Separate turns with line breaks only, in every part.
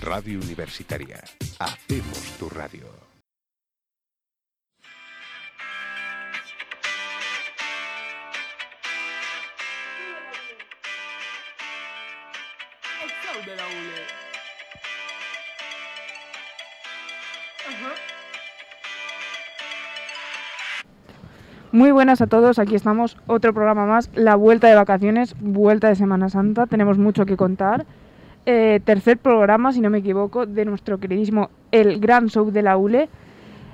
Radio Universitaria. Hacemos tu radio.
El show de la ULE. Ajá.
Muy buenas a todos, aquí estamos, otro programa más, la vuelta de vacaciones, vuelta de Semana Santa, tenemos mucho que contar. Eh, tercer programa, si no me equivoco, de nuestro queridísimo El Gran Show de la ULE,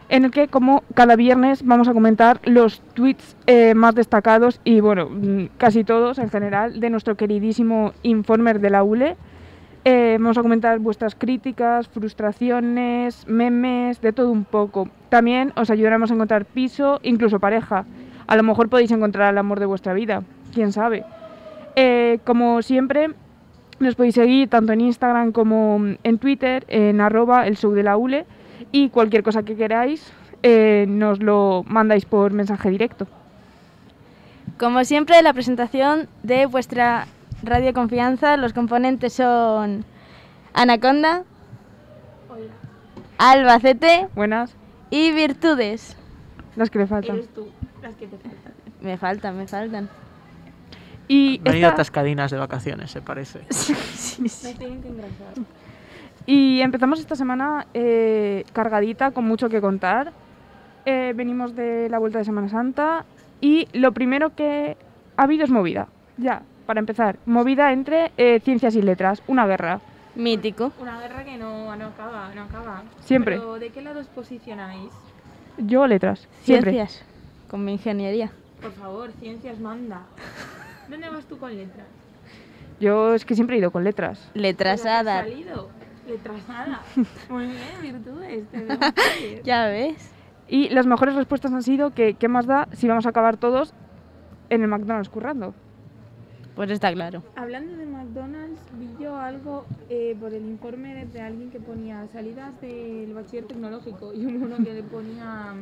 en el que como cada viernes vamos a comentar los tweets eh, más destacados y bueno, mm, casi todos en general de nuestro queridísimo informer de la E, ULE. Eh, vamos a comentar vuestras críticas, frustraciones, memes, de todo un poco. También os ayudaremos a encontrar piso, incluso pareja. A lo mejor podéis encontrar el amor de vuestra vida, quién sabe. Eh, como siempre, nos podéis seguir tanto en Instagram como en Twitter, en arroba el show de la ULE. Y cualquier cosa que queráis, eh, nos lo mandáis por mensaje directo.
Como siempre, la presentación de vuestra radio confianza. Los componentes son Anaconda, Albacete
Buenas,
y Virtudes.
las que le faltan.
Me faltan, me faltan.
Y
No han ido
esta-
atascadinas de vacaciones, se parece.
Y empezamos esta semana eh, cargadita, con mucho que contar. Eh, venimos de la vuelta de Semana Santa y lo primero que ha habido es movida. Ya, para empezar, movida entre eh, ciencias y letras, una guerra.
Mítico.
Una guerra que no, no acaba, no acaba.
Siempre.
Pero, ¿de qué lado os posicionáis?
Yo letras, siempre.
Ciencias. Con mi ingeniería.
Por favor, ciencias manda. ¿Dónde vas tú con letras?
Yo es que siempre he ido con letras.
Letrasada.
¿Has salido? Letrasada. Muy bien, virtudes. te veo muy bien.
Ya ves.
Y las mejores respuestas han sido que qué más da si vamos a acabar todos en el McDonald's currando.
Pues está claro.
Hablando de McDonald's, vi yo algo eh, por el informe de, de alguien que ponía salidas del bachiller tecnológico y uno que le ponía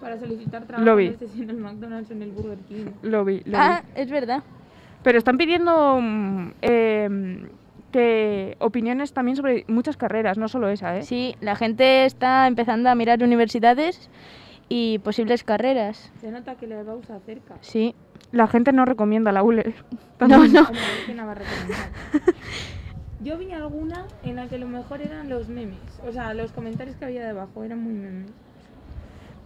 para solicitar trabajo
Lo vi.
no sé si en el McDonald's o en el Burger King.
Lo vi, lo vi.
Ah, es verdad.
Pero están pidiendo mm, eh, que opiniones también sobre muchas carreras, no solo esa, ¿eh?
Sí, la gente está empezando a mirar universidades y posibles carreras.
Se nota que le va a usar cerca.
Sí.
La gente no recomienda la E. ULE.
No, no.
Hombre, es que no va a recomendar. Yo vi alguna en la que lo mejor eran los memes. O sea, los comentarios que había debajo eran muy memes.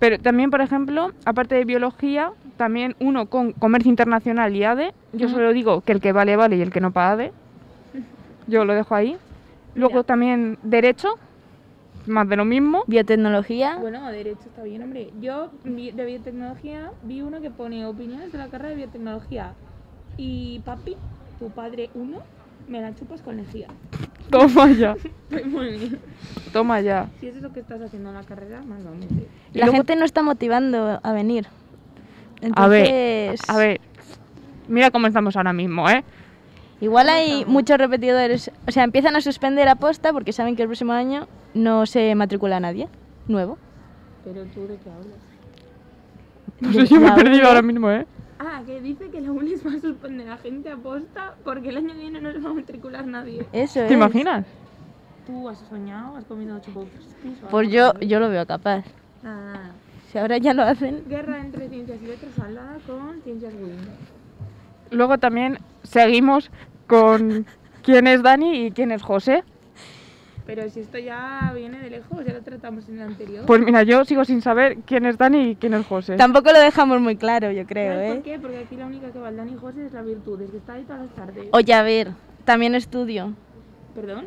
Pero también, por ejemplo, aparte de biología, también uno con comercio internacional y ADE. Yo
Ujú.
solo digo que el que vale, vale y el que no para ADE. Yo lo dejo ahí. Luego
Mira.
también derecho, más de lo mismo.
Biotecnología.
Bueno, derecho está bien, hombre. Yo vi- de biotecnología vi uno que pone opiniones de la carrera de biotecnología. Y papi, tu padre uno, me la chupas con lejía.
Toma ya,
Pues Muy bien.
toma ya.
Si eso es lo que estás haciendo en la carrera, más vamos.
Y
La
luego-
gente no está motivando a venir.
A ver,
Entonces,
A ver, mira cómo estamos ahora mismo, ¿eh?
Igual hay muchos repetidores. O sea, empiezan a suspender aposta porque saben que el próximo año no se matricula nadie nuevo.
Pero tú, ¿de qué hablas?
No sé, yo me he
La
perdido
ULE.
ahora mismo, ¿eh?
Ah, que dice que la ULES va a suspender a gente aposta porque el año que viene no se va a matricular nadie.
Eso es.
¿Te imaginas?
¿Tú has soñado? ¿Has comido chupo crispies o algo?
Pues yo, yo lo veo capaz.
Nada, nada.
Si ahora ya lo hacen.
Guerra entre ciencias y letras salada con ciencias Windows.
Luego también seguimos con quién es Dani y quién es José.
Pero si esto ya viene de lejos, ya lo tratamos en el anterior.
Pues mira, yo sigo sin saber quién es Dani y quién es José.
Tampoco lo dejamos muy claro, yo creo,
¿Sabes ¿Por
¿eh?
qué? Porque aquí la única que va al Dani José es la virtud, es que está ahí todas las tardes.
Oye, a ver, también estudio.
¿Perdón?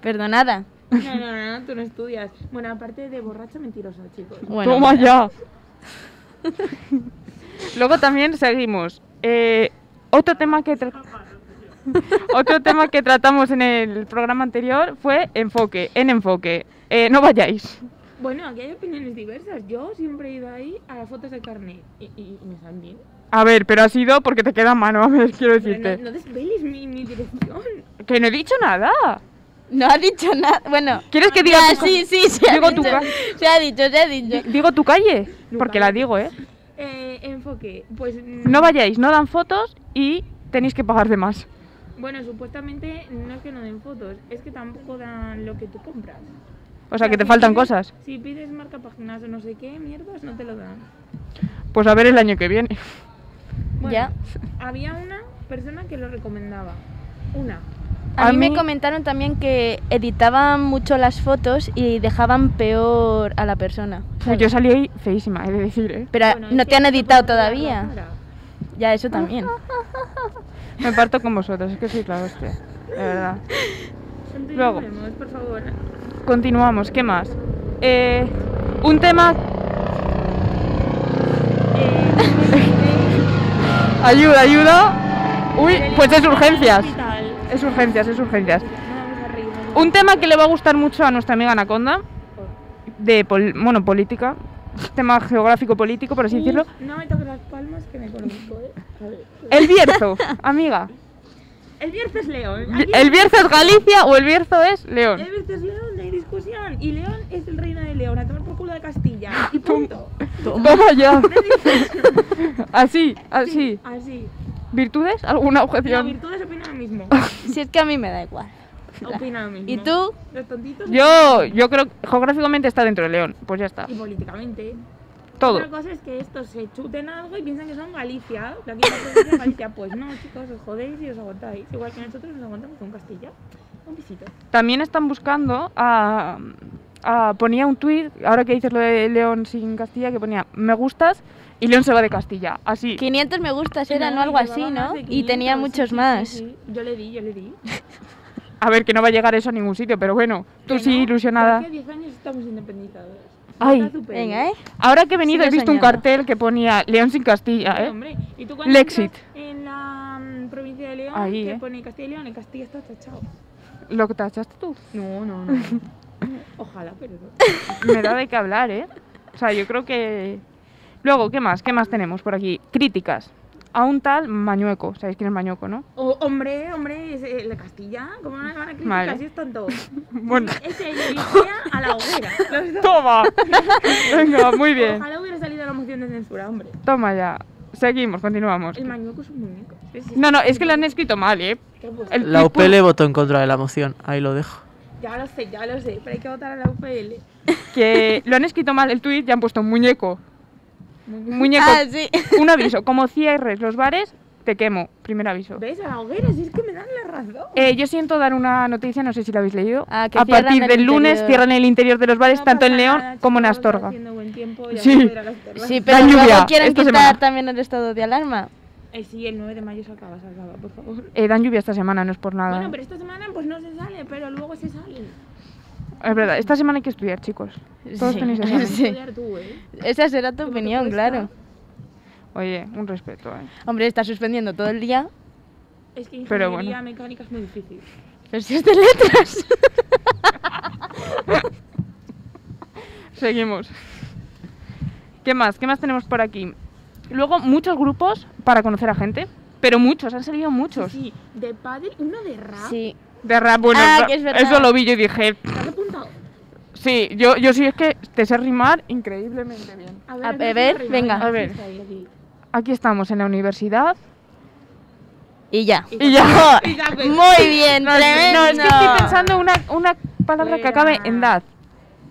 Perdonada.
No, no, no, no, tú no estudias. Bueno, aparte de borracha mentirosa, chicos.
Bueno,
Toma ya.
mira,
Luego también seguimos. Eh, otro tema que tra- otro tema que tratamos en el programa anterior fue enfoque, en enfoque. Eh, no vayáis.
Bueno, aquí hay opiniones diversas. Yo siempre he ido ahí a las fotos de carne y, y- y me salen bien.
A ver, pero ha sido porque te queda mano, a ver, quiero
Pero
decirte.
no, no desveles mi, mi dirección.
Que no he dicho nada.
No ha dicho nada. Bueno.
¿Quieres que diga
Ah,
tu ca-
sí, sí, se ha
Digo tu
dicho.
ca-
Se ha dicho, se ha dicho.
Digo tu calle, porque la
calle.
digo, ¿eh?
Eh, enfoque. Pues. mm,
No vayáis, no dan fotos y tenéis que pagar de más.
Bueno, supuestamente no es que no den fotos, es que tampoco dan lo que tú compras.
O sea, que te
si
faltan
pides-
cosas.
Si pides marca páginas o no sé qué, mierdas, no te lo dan.
Pues a ver el año que viene.
Bueno,
Ya.
Había una persona que lo recomendaba. Una.
A,
A
mí,
mí-
me comentaron también que editaban mucho las fotos y dejaban peor a la persona.
Pues yo salí hoy feísima, he de decir, ¿eh?
Pero
Bueno, es
no
que
te han
puedo
editado
mirar la
todavía.
cara.
Ya, eso también.
Me parto con vosotros, es que sois la hostia. De verdad. Luego.
Continuemos, por favor.
Continuamos, ¿qué más? Eh, un tema.
Eh,
ayuda, ayuda. Uy, pues es urgencias.
eh, ¿Qué tal?
Es urgencias, es urgencias.
No vamos a reírnos.
Un tema que le va a gustar mucho a nuestra amiga Anaconda, de pol- bueno, política, tema geográfico político, por así decirlo.
No me toques las palmas que me conozco, ¿eh? A ver.
El Bierzo, amiga.
El viernes León. Aquí
¿El Bierzo es Galicia o el Bierzo es León?
El viernes León, no hay discusión. Y León es el reino de León. A tomar por culo de Castilla. Y punto.
Toma ya.
No hay discusión.
Así, así.
Así.
¿Virtudes? ¿Alguna
Las
objeción?
virtudes opinan lo mismo.
Si es que a mí me da igual.
Opinan lo mismo.
¿Y tú?
Los tontitos.
Yo, yo creo que geográficamente está dentro de León. Pues ya está.
Y políticamente.
Todo.
Otra cosa es que estos se chuten algo y piensan que son Galicia. La quinta provincia de Galicia. Pues no, chicos, os jodéis y os aguantáis. Igual que nosotros nos aguantamos con Castilla. Un pisito.
También están buscando a, a- ponía un tuit, ahora que dices lo de León sin Castilla, que ponía me gustas y León se va de Castilla. Así.
500 me gustas eran o algo
Llevaba
así,
más
¿no?
de
Y
500,
tenía
sí,
muchos
sí,
más.
sí, sí. Yo le di, yo le di.
A ver, que no va a llegar eso a ningún sitio, pero bueno, tú
Que
sí
no,
ilusionada.
Porque 10 años estamos independizados.
Ay,
Está tu peli.
Venga, ¿eh?
Ahora que he venido
Sigue
he visto un
soñando.
cartel que ponía León sin Castilla,
Sí,
¿eh?
hombre. Y tú cuando
Lexit.
entras En la mm, provincia de León,
Ahí,
que
eh.
pone Castilla y León, en Castilla está tachado.
Lo que tachaste tú.
No, no, no. Ojalá, pero no.
Me da de qué hablar, ¿eh? O sea, yo creo que... Luego, ¿qué más? ¿Qué más tenemos por aquí? Críticas. A un tal Mañueco. ¿Sabéis quién es Mañueco, no?
O- hombre, hombre, es, eh, la Castilla, como no le van a criticar
Vale.
si es tonto. Este
Bueno,
Ese y Alicia a la hoguera. Los dos.
toma. Venga, muy bien.
Ojalá hubiera salido la moción de censura, hombre.
Toma ya. Seguimos, continuamos.
El mañueco es un muñeco. Es- es-
No, no, es que lo han escrito mal, ¿eh?
¿Qué pues?
El
La
tipo-
UPL votó en contra de la moción, ahí lo dejo.
Ya lo sé, ya lo sé, pero hay que votar a la UPL.
Que lo han escrito mal el tuit y han puesto muñeco. Muñeco.
Ah, sí.
Un aviso. Como cierres los bares, te quemo. Primer aviso.
¿Ves? A la hoguera, si es que me dan la razón.
Eh, yo siento dar una noticia, no sé si la habéis leído.
Ah, que
a
cierran
partir
el
del lunes
interior.
cierran el interior de los bares,
No
tanto en
pasa
León
nada,
como en
chicos, está
Astorga.
haciendo buen tiempo y
Sí.
hay que ir a las terrazas.
Sí, pero
lluvia,
luego quieren
esta
quitar
semana.
también el estado de alarma.
Eh, sí, el 9 de mayo se acaba, se acaba, por favor.
Eh, dan lluvia esta semana, no es
Ah.
por nada. ¿eh?
Bueno, pero esta semana pues no se sale, pero luego se sale.
Es verdad, esta semana hay que estudiar, chicos. Todos
Sí.
tenéis
Tienes
examen.
que
Sí.
estudiar tú, ¿eh?
Esa será tu
Luego te
opinión,
cuesta.
claro.
Oye, un respeto, ¿eh?
Hombre, está suspendiendo todo el día.
Es que ingeniería
Pero bueno.
mecánica es muy difícil.
Pero si es de letras.
Seguimos. ¿Qué más? ¿Qué más tenemos por aquí? Luego, muchos grupos para conocer a gente, pero muchos, han salido muchos.
Sí, de padre, uno de rap.
Pues. Sí.
De rap, bueno,
Ah,
ra-
que es verdad.
eso lo vi yo y dije,
¿Te has apuntado?
sí, yo, yo sí es que te sé rimar increíblemente bien.
A
hazme
beber,
una rima,
venga.
venga,
A ver.
está ahí, aquí.
Aquí estamos en la universidad
Y ya.
y ya.
Y ya, pues,
Muy bien,
No, es-
tremendo.
no, es que estoy pensando una, una palabra que acabe en
Fuera.
dad.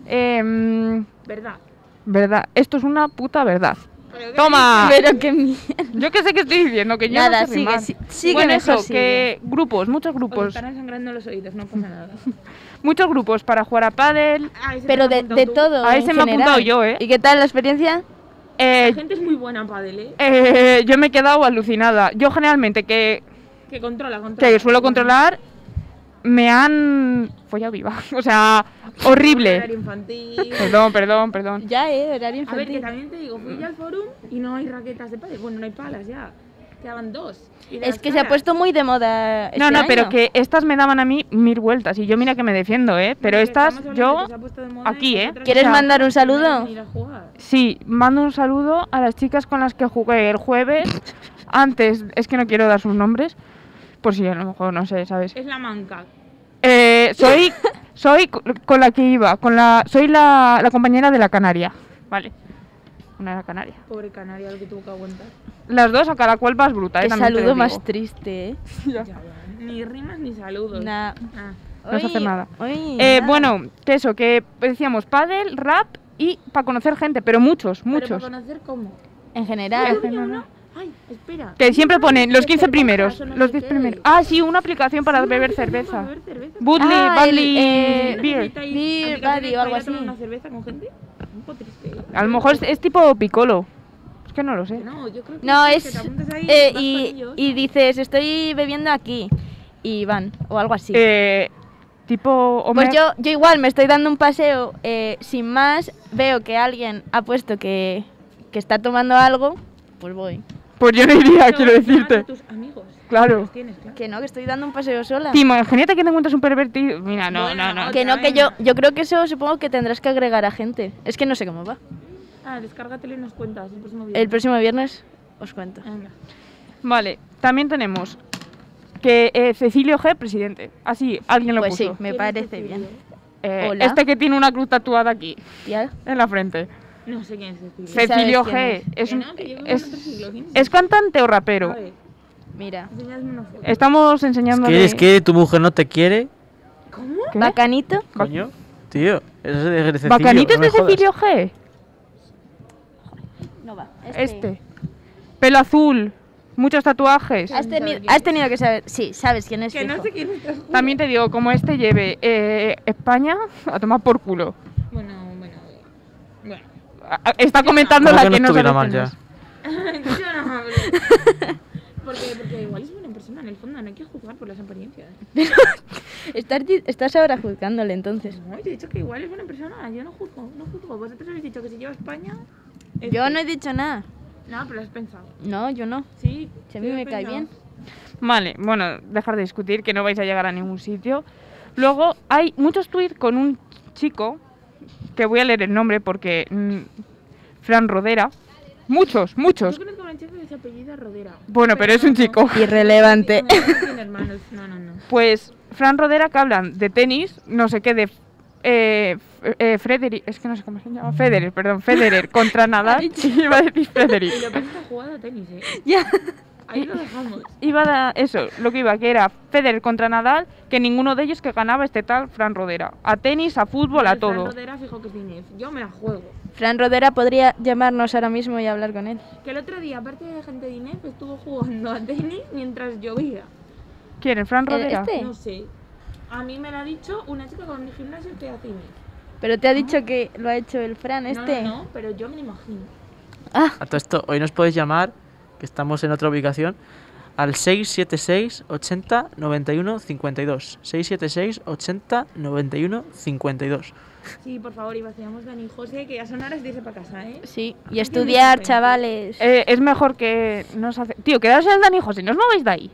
Em,
¿Verdad?
verdad, esto es una puta verdad.
Pero
Toma.
Pero que mierda.
Yo qué sé que estoy diciendo, que yo
Nada,
no sé rimar.
sigue, sí- sigue
bueno,
mejor,
eso, que grupos, muchos
que- Os
pues.
grupos,
están sangrando los oídos, no pasa nada.
muchos grupos para jugar a pádel.
Ah, ese te
Pero
lo has
de,
apuntado
de
tú.
todo.
A
en
ese me he apuntado
general.
yo, ¿eh?
¿Y qué tal la experiencia?
Eh,
La gente es muy buena, padre, ¿eh?
eh, yo me he quedado alucinada. Yo generalmente que,
Que controla, controla.
que suelo controlar me han follado viva, o sea, horrible.
Horario infantil.
Perdón, perdón, perdón.
Ya, ¿eh? Horario
A ver, que
infantil.
también te digo,
Mm.
fui yo al forum y no hay raquetas de pádel. Bueno, no hay palas ya. Quedaban dos. Y de
Es
las
que se ha
caras,
puesto muy de moda.
No,
este
no, pero
año.
que estas me daban a mí mil vueltas y yo mira que me defiendo, ¿eh? Pero
que
estas
estamos hablando de
yo
que se ha puesto de moda y
aquí, ¿eh?
nosotras
¿Quieres
o sea,
mandar un
no
saludo?
queremos ir a jugar.
Sí, mando un saludo a las chicas con las que jugué el jueves. Antes, es que no quiero dar sus nombres, por si a lo mejor no sé, ¿sabes?
Es la manca.
Eh, soy soy co- con la que iba, con la soy la, la compañera de la Canaria, ¿vale? Una de la Canaria.
Pobre canaria, lo que tuvo que aguantar.
Las dos a cada cual vas bruta, ¿eh?
Qué
También te
saludo
lo
más
digo.
triste, ¿eh?
Ya, ya. Ni rimas ni saludos.
Nah.
Ah.
No se hace
Hoy-
nada.
hoy
Eh,
nada.
bueno, que eso, que decíamos pádel, rap y para conocer gente, pero muchos,
Pero
muchos.
para conocer cómo.
En
Ay,
general.
yo vi
no,
uno- Ay, espera.
Que siempre ponen los
De
15
cervezas,
primeros,
o no
los
sé
10
qué.
primeros. Ah, sí, una aplicación para
Sí,
beber
sí, sí, para
cerveza.
beber cerveza.
Budley,
Ah, el,
Budley,
eh,
Una
Beer.
cosita ahí,
Beer,
aplicaciones
buddy o algo
para ir a tomar
así.
una cerveza con gente? Un poco triste. ¿eh?
A lo mejor es, es tipo Piccolo. Es que no lo sé.
No, yo creo que
No,
sí, que
es.
te apuntas ahí,
eh,
vas con
y,
ellos.
y dices, estoy bebiendo aquí. Y van, o algo así.
Eh, tipo Homer.
Pues yo, yo igual me estoy dando un paseo eh, sin más, veo que alguien ha puesto que, que está tomando algo, pues voy.
Pues yo no iría,
No,
quiero
llamas a
decirte.
tus amigos.
Claro.
Los tienes, claro.
Que no, que estoy dando un paseo sola.
Te imagínate que te encuentras un pervertido. Mira, no,
Bueno,
no, no.
Que no, que yo,
Venga.
yo creo que eso supongo que tendrás que agregar a gente. Es que no sé cómo va.
Ah, descárgatelo y nos cuentas el próximo video.
El próximo viernes os cuento.
Venga.
Vale, también tenemos que eh, Cecilio G, presidente. Así, alguien lo
Pues sí,
puso.
me
¿Quién
parece
es
bien.
Cecilio?
Eh,
Hola.
este que tiene una cruz tatuada aquí,
Tía,
en la frente.
No sé quién es Cecilio.
sabes
Cecilio
quién
G.
es.
Es,
Que
un-
no, Ah, que yo vivo en otro
es,
siglo, ¿quién
¿Es cantante o rapero?
A ver,
mira.
enséñame una foto.
Estamos
Es
enseñando.
que, es que tu mujer no te quiere,
¿Cómo?
¿Qué?
Bacanito.
coño. Tío, eso es de Cecilio.
¿Bacanitos
no me
de
jodas.
Cecilio G?
No va.
Este. Pelo azul, muchos tatuajes.
Has tenido, has tenido que saber. Sí, sabes quién es.
Que no
fijo.
sé quién es. te juro.
También te digo, como este lleve eh, España a tomar por culo.
Bueno, bueno, bueno.
A- a- Está comentando
Como que
la
no
que no
estuviera
sabe
mal ya.
quién es.
Yo no hablo. Porque, porque igual es buena persona en el fondo, no hay que juzgar por las apariencias.
Estás, di- estás ahora juzgándole entonces.
No, yo he dicho que igual es buena persona, yo no juzgo, no juzgo. Vosotros habéis dicho que si lleva a España. es
Yo
que-
no he dicho nada.
No, pero lo has pensado.
No, yo no.
Sí.
Si a
sí pues,
mí
lo has
me cae
pensado.
bien.
Vale, bueno, dejar de discutir que no vais a llegar a ningún sitio. Luego hay muchos tweets con un chico, que voy a leer el nombre porque... mm, Fran Rodera. Muchos, muchos.
Yo conozco a una chica que se apellida Rodera.
Bueno, pero es un
no,
chico.
no.
Irrelevante.
No, no tiene hermanos, no, no, no.
Pues Fran Rodera que hablan de tenis, no sé qué, de eh, F- eh, Frederick, es que no sé cómo se llama, Federer, perdón, Federer contra Nadal, Sí, iba a decir
Y lo
Frederick.
que está jugando a tenis, ¿eh?
Ya.
Ahí lo dejamos.
Iba a, eso, lo que iba, que era Federer contra Nadal, que ninguno de ellos que ganaba este tal Fran Rodera. A tenis, a fútbol, a
El Fran
todo.
Rodera, fijo que es de Inés. Yo me la juego.
Fran Rodera podría llamarnos ahora mismo y hablar con él.
Que el otro día, aparte de gente de Inés, estuvo jugando a tenis mientras llovía.
¿Quién? ¿El Fran
¿El
Rodera?
este?
No sé. A mí me lo ha dicho una chica con el gimnasio que hace Inés.
Pero te ha dicho que lo ha hecho el Fran este.
No, no, no, pero yo me lo imagino.
Ah,
A todo esto, hoy nos podéis llamar, que estamos en otra ubicación, al 676 80 91 52. 676 80 91 52.
Sí, por favor, y vaciamos Dani y José, que ya son horas de irse para casa, ¿eh?
sí. Y estudiar, chavales.
Eh, es mejor que nos hace... Tío, quedaros en el Dani José, no os mováis de ahí.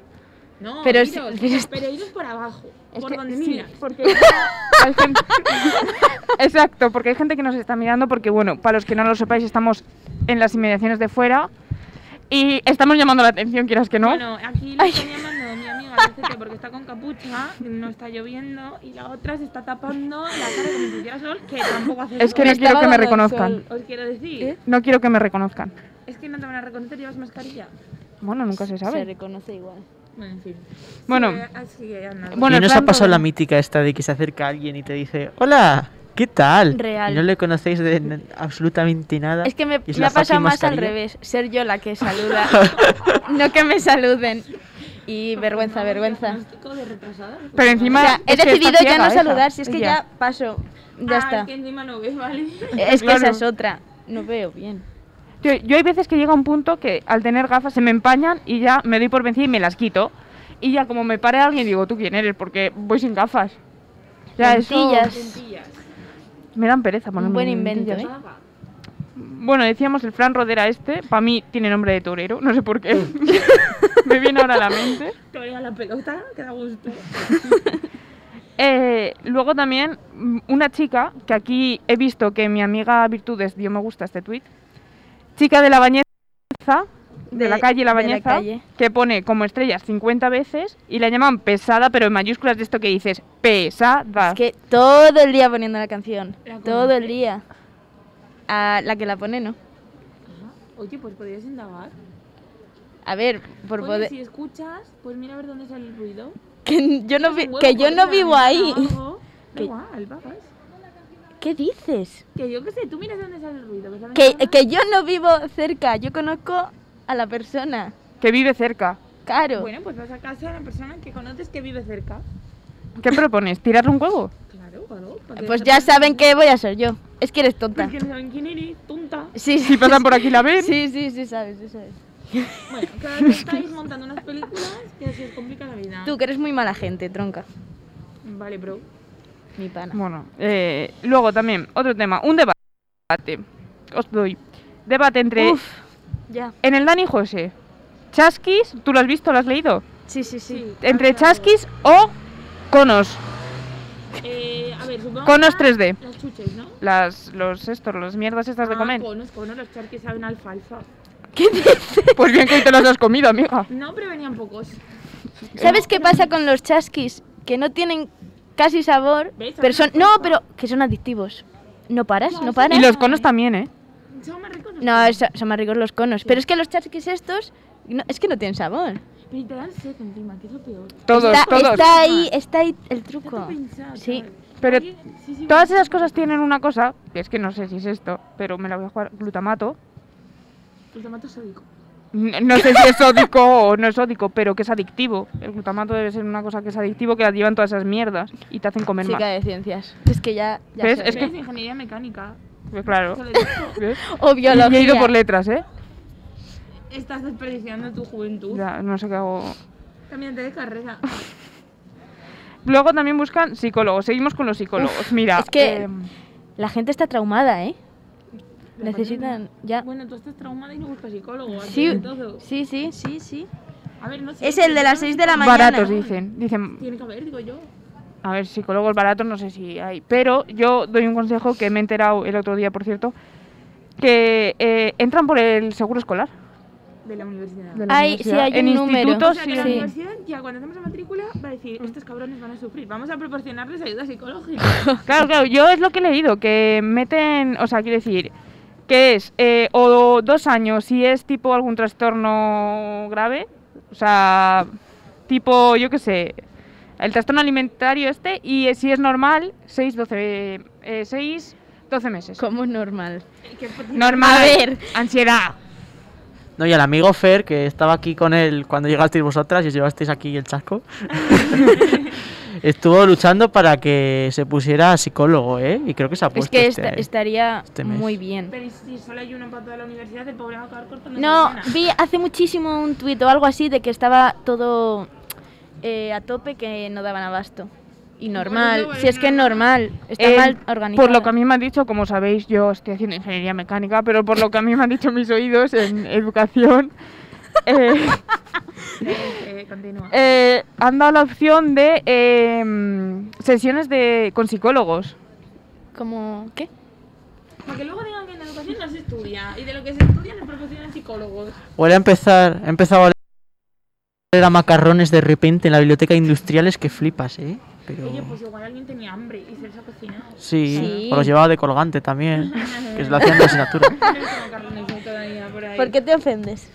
No,
Pero
iros,
sí, pero es-
pero iros por abajo,
Es
por
que-
donde
sí,
miras.
porque hay gente... Exacto, porque hay gente que nos está mirando, porque bueno, para los que no lo sepáis, estamos en las inmediaciones de fuera y estamos llamando la atención, quieras que no.
Bueno, aquí le está llamando mi amiga Lucete porque está con capucha, no está lloviendo, y la otra se está tapando la cara como si hiciera sol, que tampoco hace
es que
sol.
no quiero
Me estaba
que me
dando el
reconozcan.
sol.
Os quiero decir,
¿Eh?
No quiero que me reconozcan.
es que no te van a reconocer, llevas mascarilla.
Bueno, nunca se
Se
sabe.
reconoce igual.
Bueno, en fin.
Bueno.
Sí, así que ya nada.
Bueno,
y nos
Fran
ha pasado
Rodera.
la mítica esta de que se acerca alguien y te dice, hola, ¿qué tal?
Real.
Y no le conocéis de n- absolutamente nada.
Es que me,
y es
me
la
ha pasado
fucking
más al
mascarilla.
revés. Ser yo la que saluda. no que me saluden. Y vergüenza, vergüenza.
Diagnóstico de retrasada.
Pero encima
O sea, he
es que está
decidido ya
ciega
no
esa,
saludar, si es que
ella.
ya paso.
Ah,
Ya está.
Es que encima no ves, ¿vale?
Es que
Claro.
esa es otra. No veo bien.
Tío, yo hay veces que llega un punto que al tener gafas se me empañan y ya me doy por vencida y me las quito. Y ya como me pare alguien digo, ¿tú quién eres? Porque voy sin gafas. Ya eso
Lentillas.
Lentillas.
me dan pereza ponerme
Un buen
lentillas.
invento, ¿eh?
Vaga.
Bueno, decíamos el Fran Rodera este, para mí tiene nombre de torero, no sé por qué. Me viene ahora a la mente.
Te voy a la pelota, que da gusto.
Eh, luego también mm, una chica, que aquí he visto que mi amiga Virtudes dio me gusta a este tweet, chica de la Bañeza, de, la calle La
de la
Bañeza,
calle.
que pone como estrellas 50 veces y la llaman pesada, pero en mayúsculas de esto que dices, pesada.
Es que todo el día poniendo la canción.
La
todo el día. A la que la pone, ¿no?
Ajá. Oye, pues podrías indagar.
A ver, por
Oye,
poder.
si escuchas, pues mira a ver dónde sale el ruido.
Que yo no, vi-
Un huevo
que yo
podría
no vivo
haber
ahí.
algo. Da
Que-
igual, vamos.
¿Qué dices?
Que yo qué sé, tú miras de dónde sale el ruido. que es la
Que,
ventana.
que yo no vivo cerca, yo conozco a la persona.
Que vive cerca.
Claro.
Bueno, pues vas a casa de una persona que conoces que vive cerca.
¿Qué propones? ¿Tirarle un huevo?
Claro, claro.
pues ya saben que voy a ser yo. Es que eres tonta.
Porque no saben quién eres, tonta.
Sí,
Si
sí,
pasan por aquí la ven.
sí, sí, sí, sabes, sí, sabes.
Bueno, cada vez estáis montando unas películas que se os complica la vida.
Ah. Tú que eres muy mala gente, tronca.
Vale, bro.
Mi pana.
Bueno, eh, luego también, otro tema, un debate. Os doy. Debate entre.
Uf, ya.
En el Dani José. Chasquis, ¿tú lo has visto? ¿Lo has leído?
Sí, sí, sí.
Entre
claro.
chasquis o conos.
Eh, a ver, supongo.
Conos
que
3D.
Las chuches, ¿no?
Las, los estos, las mierdas estas de
Ah,
comer.
Conos, conos, los charques saben a alfalfa.
Pues bien que hoy te las has comido, amiga.
No, pero venían pocos.
¿Sabes qué pasa con los chasquis? Que no tienen casi sabor,
¿Ves?
pero son... No, pero que son adictivos. No paras, no paras.
Y los conos también, ¿eh?
Son más ricos. los
No,
conos.
eso- son más ricos los conos. Pero es que los chasquis estos, no- es que no tienen sabor.
Pero te dan sed encima, que es lo peor.
Todos,
está,
todos.
está ahí, Ah. está ahí el
Tanto
truco.
pensar,
Sí.
chaval.
Pero
Oye, sí, sí,
Todas
sí.
esas cosas tienen una cosa, que es que no sé si es esto, pero me la voy a jugar, glutamato.
El tomate Pues sódico.
N- No sé si es sódico o no es sódico, pero que es adictivo. El glutamato debe ser una cosa que es adictivo, que la llevan todas esas mierdas y te hacen comer
Chica
más.
de ciencias. Es que ya, ya
¿Ves?
sé.
Es que-
¿Ves? ingeniería mecánica.
Pues Claro.
Eso lo digo.
¿Ves?
O
Y me he ido
biología.
por letras, ¿eh?
Estás desperdiciando tu juventud.
Ya, no sé qué hago.
También te de carrera.
Luego también buscan psicólogos. Seguimos con los psicólogos. Mira,
es que-
em,
La gente está traumada, ¿eh? Necesitan ya.
Bueno, tú estás traumada y no buscas psicólogo. así
Sí,
que todo.
sí, sí, sí, sí.
A ver, no sé.
Es el de las 6 de la mañana.
baratos dicen. Dicen,
Tiene que haber, digo yo.
a ver, psicólogos baratos no sé si hay. Pero yo doy un consejo que me he enterado el otro día, por cierto, que eh, entran por el seguro escolar.
De la universidad.
de la
Hay-
universidad.
sí, hay
en
un número.
O
institutos
sea,
sí.
que la
Sí.
universidad ya cuando hacemos la matrícula va a decir, estos cabrones van a sufrir, vamos a proporcionarles ayuda psicológica.
Claro, claro, yo es lo que he leído, que meten, o sea, quiero decir, que es eh, o dos años si es tipo algún trastorno grave, o sea, tipo, yo qué sé, el trastorno alimentario este, y eh, si es normal, 6, 12, eh, seis, 12 meses.
Como normal.
Que pues, por-
Normal,
A ver.
ansiedad.
No, y al amigo Fer, que estaba aquí con él cuando llegasteis vosotras y os llevasteis aquí el chasco, estuvo luchando para que se pusiera psicólogo, ¿eh? Y creo que se ha
Es
puesto.
que
este,
esta-
¿eh?
estaría
este mes.
muy bien.
Pero si solo hay uno en toda la universidad, el pobre va a acabar cortando
No,
piernas.
vi hace muchísimo un tuit o algo así de que estaba todo eh, a tope que no daban abasto. Y normal,
Bueno,
si es que es
bueno.
normal, está
Eh,
mal organizado.
Por lo que a mí me han dicho, como sabéis, yo estoy haciendo ingeniería mecánica, pero por lo que a mí me han dicho mis oídos en educación, eh,
Eh, eh, continúa.
Eh, han dado la opción de em, sesiones de, con psicólogos.
Como, ¿qué?
Porque luego digan que en educación no se estudia y de lo que se estudia nos proporcionan psicólogos.
Huele a empezar, he empezado a oler a macarrones de repente en la biblioteca de industriales que flipas, ¿eh? Pero...
Oye, pues igual alguien tenía hambre y se les ha cocinado.
Sí,
Sí.
o los llevaba de colgante también, que se lo hacían de asignatura.
No tengo carnes hoy todavía por ahí.
¿Por qué te ofendes?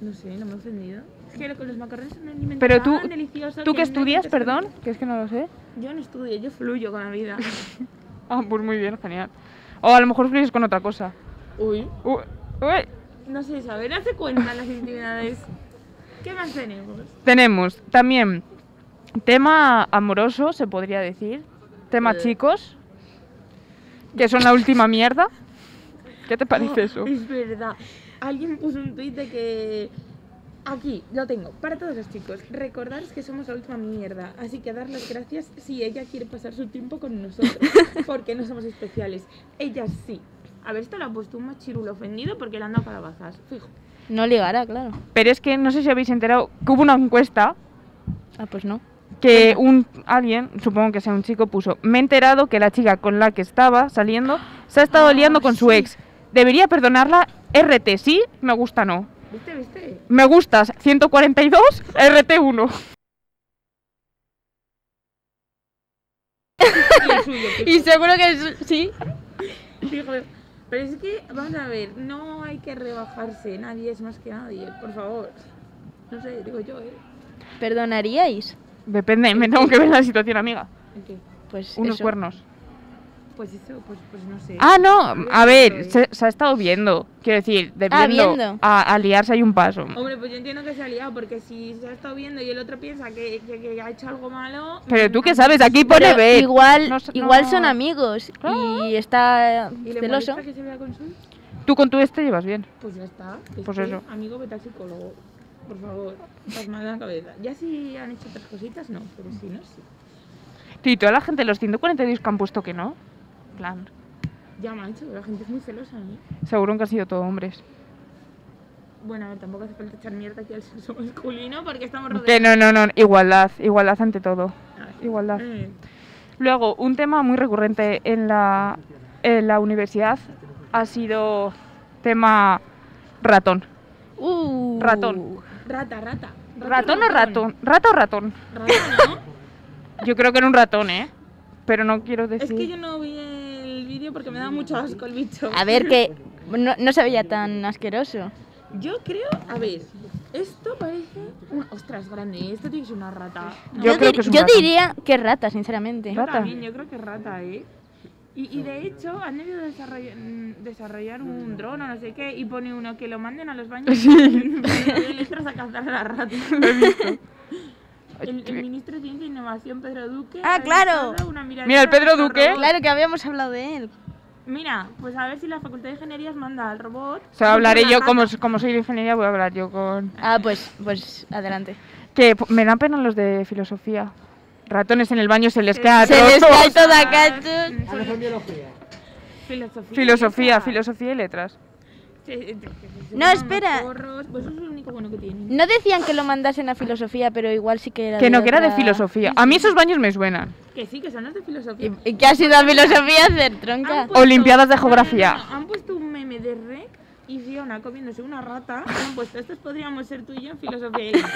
No sé, no me he ofendido. Es que con los macarrones son un alimento
Pero tú-
tan delicioso
¿Tú
a
qué
mí me
estudias,
apetece.
perdón? Que es que no lo sé.
Yo no estudio, yo fluyo con la vida.
Ah, pues muy bien, genial. O a lo mejor fluyes con otra cosa.
Uy.
Uy, uy.
No sé, saber hace cuenta las intimidades. ¿Qué más tenemos?
Tenemos también tema amoroso, se podría decir. Tema chicos, que son la última mierda. ¿Qué te parece eso?
Es verdad. Alguien puso un tuit de que. Aquí, lo tengo. Para todos los chicos, recordaros que somos la última mierda. Así que dar las gracias si ella quiere pasar su tiempo con nosotros. Porque no somos especiales. Ella sí. A ver, esto lo ha puesto un machirulo ofendido porque le han dado calabazas. Fijo.
No ligará, claro.
Pero es que no sé si habéis enterado que hubo una encuesta
Ah, pues no.
que un alguien, supongo que sea un chico, puso, me he enterado que la chica con la que estaba saliendo se ha estado
Ah,
liando con su
sí.
ex. Debería perdonarla, RT sí, me gusta no.
¿Viste, viste?
Me gustas 142, RT1.
Y el suyo, pues. fijo.
Y seguro que es- sí.
Fijo. Pero es que, vamos a ver, no hay que rebajarse. Nadie es más que nadie, por favor. No sé, digo yo, ¿eh?
¿Perdonaríais?
Depende, me tengo que ver la situación, amiga.
¿El qué?
Pues
Unos
eso.
cuernos.
Pues eso, pues, pues no sé.
Ah, no, a ver, se, se ha estado viendo. Quiero decir, de
Ah,
viendo
viendo.
A, a liarse hay un paso.
Hombre, pues yo entiendo que se ha liado, porque si se ha estado viendo y el otro piensa que, que- que ha hecho algo malo.
Pero
mm,
tú qué sabes, aquí pone
Pero
ver.
igual,
eh, No sé-
igual
no. Ah.
son amigos
Claro.
y está
¿Y le
celoso.
molesta que se vea con su?
Tú con tu este llevas bien.
Pues ya está. es
Pues
que,
eso.
Amigo, vete al psicólogo. Por favor, estás mal de la cabeza. Ya si han hecho otras cositas, no, pero si no, sí.
Tío, y toda la gente, los 142 que han puesto que no. en plan,
Ya, macho, la gente es muy celosa, ¿eh?
seguro que han sido todos hombres.
Bueno, a ver, tampoco hace falta echar mierda aquí al sexo masculino porque estamos
Que
rodeados.
no, no, no, igualdad, igualdad ante todo.
A ver.
Igualdad.
Mm.
Luego, un tema muy recurrente en la, en la universidad ha sido tema ratón.
Uh.
Ratón.
Rata, rata.
¿Ratón o ratón? ¿Rata o ratón?
Ratón, ¿no?
Yo creo que era un ratón, ¿eh? Pero no quiero decir...
es que yo no vi el vídeo porque me da mucho asco el bicho.
Ah,
A ver, que no, no se veía tan asqueroso.
Yo creo, a ver, esto parece una. Ostras, grande, esto tiene que ser una rata. No,
Yo creo
dir-
que es un
yo
ratón.
diría que rata, sinceramente.
yo
Rata.
también, yo creo que es rata, ¿eh? Y, y de hecho, han debido desarroll- mm, desarrollar un dron o no sé qué y pone uno que lo manden a los baños y ponen letras a cazar a la rata. El, el ministro de Ciencia e Innovación, Pedro Duque.
Ah,
ha
claro.
lanzado una miradita
Mira, el Pedro
hacia
Duque.
robot.
Claro que habíamos hablado de él.
Mira, pues a ver si la Facultad de Ingenierías manda al robot.
O sea, hablaré
Una
yo,
rata.
como, como soy de ingeniería, voy a hablar yo con...
Ah, pues, pues adelante.
Que p- me dan pena los de filosofía. Ratones en el baño se les
Se-
cae a
se les
trozos.
cae todo a cachos.
Mm, Filosofía.
Filosofía,
esa.
filosofía y letras.
Sí, sí, sí, sí, sí,
No,
sí,
espera.
porros. Pues eso es lo único bueno que tienen.
No decían que lo mandasen a filosofía, pero igual sí que era
Que no, que era de
otra-
filosofía. A mí esos baños me suenan.
Que sí, que son los de filosofía.
¿Y, y qué ha sido a filosofía hacer,
Ah,
tronca?
pues
Han puesto- Ah,
Olimpiadas de
no, no, no,
geografía.
no, Han puesto un meme de Rec y Fiona comiéndose una rata. Y han puesto, estos podríamos ser tú y yo en filosofía. y letras".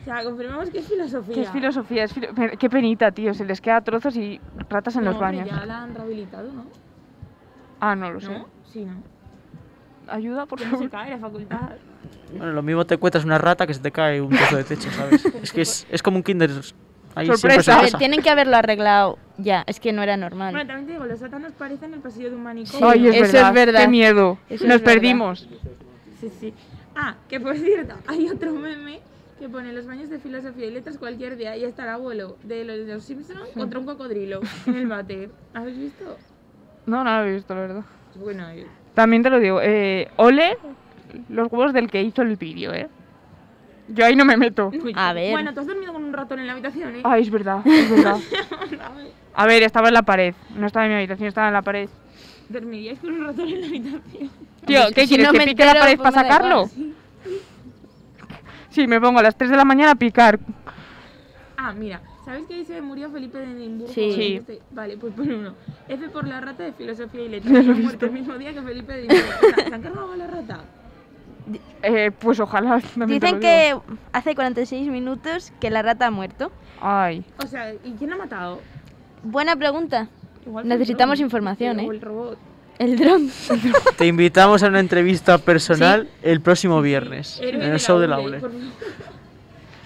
o sea, confirmamos que es filosofía.
¿Qué es filosofía? Es filo- Pero Qué penita, tío. Se les queda a trozos y ratas en
No,
los
hombre,
baños.
Ya la han rehabilitado, ¿no?
Ah, no lo sé.
¿No? Sí, ¿no?
Ayuda, por
Que no se
favor.
cae la facultad.
Bueno, lo mismo te encuentras una rata que se te cae un trozo de techo, ¿sabes? es que es, es como un kinder. Ahí siempre
Sorpresa.
A ver,
sorpresa.
tienen que haberlo arreglado ya, es que no era normal.
Bueno, también te digo, los sótanos parecen el pasillo de un manicomio.
Sí,
Ay, es
eso es
verdad. Qué
verdad.
miedo.
Eso es
Nos
verdad.
perdimos.
Sí, sí. Ah, que por cierto, hay otro meme que pone los baños de filosofía y letras cualquier día y está el abuelo de los, de los Simpsons contra un cocodrilo en el váter. ¿Habéis visto?
No, no lo he visto, la verdad.
Bueno, eh,
También te lo digo. eh, ole los huevos del que hizo el vídeo, ¿eh? Yo ahí no me meto.
uy.
A ver.
pues Bueno, tú has dormido con un ratón en la habitación, ¿eh?
Ay, es verdad, es verdad.
A ver,
A ver, estaba en la pared. No estaba en mi habitación, estaba en la pared.
¿Dormiríais con un ratón en la habitación?
Tío,
Hombre, es
¿qué
que si
quieres?
no
¿Que
me
pique la
entero,
pared
pues
para
me da igual.
sacarlo?
Sí.
Sí, me pongo a las 3 de la mañana a picar.
Ah, mira, ¿sabéis que hoy se murió Felipe de Edimburgo?
Sí.
Sí.
Este- Vale, pues pon uno. F por la rata de filosofía y letras. Ha muerto el mismo día que Felipe de Edimburgo. O sea, ¿Se han cargado a la rata?
Eh, pues ojalá. también te lo
Dicen
digo.
que hace 46 minutos que la rata ha muerto.
Ay.
O sea, ¿y quién la ha matado?
Buena pregunta.
Igual fue el
Necesitamos
dron,
información,
o
¿eh?
el robot.
El dron.
Te invitamos a una entrevista personal el próximo viernes
Héroe
en el show de la
ULE,
ULE.
por favor.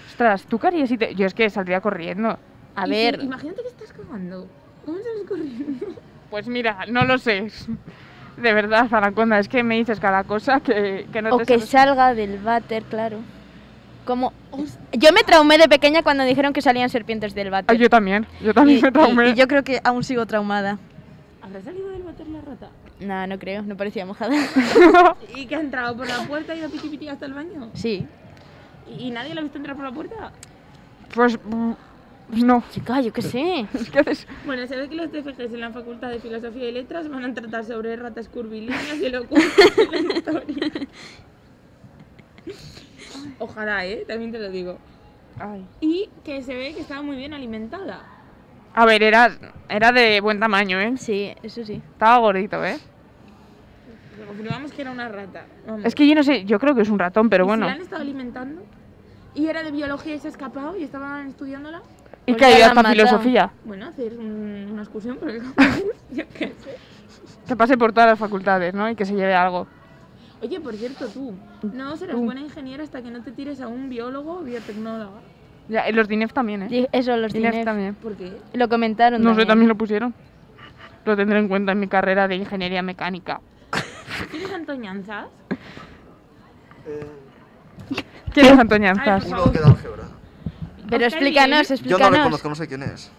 Ostras, ¿tú qué harías si te- Yo es que saldría corriendo.
A
Y
ver,
si- imagínate que estás cagando. ¿Cómo sales corriendo?
Pues mira, no lo sé. De verdad, Anaconda, es que me dices cada cosa que, que no
o
te
que
sabes.
salga del váter, claro. Como yo me traumé de pequeña cuando dijeron que salían serpientes del váter.
Ay, yo también, yo también
Y-
me traumé.
y- y yo creo que aún sigo traumada.
¿Habrá salido del bater la rata?
No, no creo, no parecía mojada.
¿Y que ha entrado por la puerta y ha ido piti piti hasta el baño?
Sí.
¿Y, y nadie la ha visto entrar por la puerta?
Pues mm, no,
Chica, yo qué sé.
es que haces-
Bueno, se ve que los TFGs en la Facultad de Filosofía y Letras van a tratar sobre ratas curvilíneas y locuras en la historia. Ojalá, ¿eh? También te lo digo.
Ay.
Y que se ve que estaba muy bien alimentada.
A ver, era, era de buen tamaño, ¿eh?
Sí, eso sí.
Estaba gordito, ¿eh?
Confirmamos que era una rata. Vamos.
Es que yo no sé, yo creo que es un ratón, pero
Mm. ¿Y
bueno.
Si la han estado alimentando. Y era de biología y se ha escapado y estaban estudiándola.
¿Y
Pues
qué
ya
hay
la
hasta
han matado.
filosofía?
Bueno, hacer un- una excursión por el campus. yo qué sé.
Que pase por todas las facultades, ¿no? Y que se lleve algo.
Oye, por cierto, tú, no serás buena ingeniera hasta que no te tires a un biólogo o biotecnóloga.
Ya, eh, los DINEF también, ¿eh?
Di- Eso, los
DINEF
DINEF.
también.
¿Por qué?
Lo comentaron.
No sé, también lo pusieron. Lo tendré en cuenta en mi carrera de ingeniería mecánica.
¿Tienes antoñanzas?
¿Quién es Antoñanzas?
Ay,
Uno de álgebra.
Pero
Oscar
explícanos,
¿eh?
Yo no
explícanos.
le conozco, no sé quién es.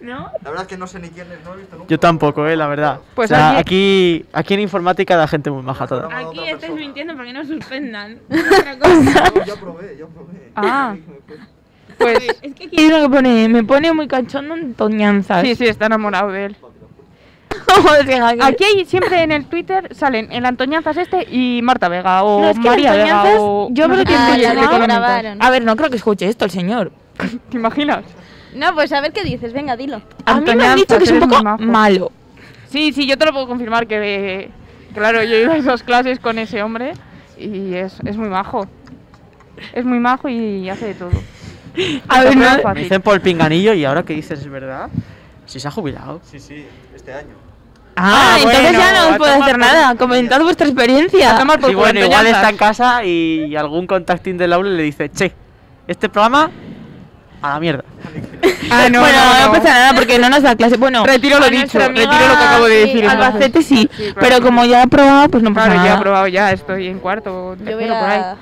¿No?
La verdad es que no sé ni quién es, no lo he visto nunca.
Yo tampoco, eh, la verdad.
Pues
o sea,
aquí-
aquí, aquí en informática la gente muy maja toda.
Vamos a
Aquí
otra
estáis
persona.
mintiendo para que no os suspendan. Otra cosa.
No, yo probé, yo probé.
Ah.
Pues es que aquí hay uno que pone, me pone muy cachondo antoñanzas.
Sí, sí, está enamorado de él.
Aquí
Aquí hay siempre en el Twitter salen el Antoñanzas este y Marta Vega o
No, es que el
María Vega
Antoñanzas,
o...
yo creo
sé
que
quién
Ah,
es el
ya
que
lo
comentas.
grabaron.
A ver, no creo que escuche esto el señor.
¿Te imaginas?
No, pues a ver qué dices, venga, dilo.
A mí me han
Antoñanzas,
dicho que es un
eres
poco
muy majo.
malo.
Sí, sí, yo te lo puedo confirmar que... eh, claro, yo he ido a esas clases con ese hombre y es, es muy majo. Es muy majo y hace de todo.
A ver,
Está
no-
muy
Me
fácil.
dicen por el pinganillo y ahora que dices es verdad. Si se ha jubilado.
Sí, sí, este año.
Ah, entonces
bueno,
ya no
a
os puedo
tomar
hacer
por-
nada. Comentad vuestra experiencia.
Tomar Ah, pues por
Sí,
culo,
bueno, igual
Antoñanzas.
está en casa y algún contactín del aula le dice, che, este programa a la mierda.
Ah, no,
bueno,
no,
no,
no.
pasa nada porque no nos da clase. Bueno,
Retiro lo
a
dicho,
nuestra
retiro lo que acabo de
sí,
decir, entonces.
Albacete sí,
Sí, claro.
pero como ya ha probado, pues no pasa
Claro, ya he
nada.
probado, ya estoy en cuarto o
Yo
tercero
voy
por ahí.
a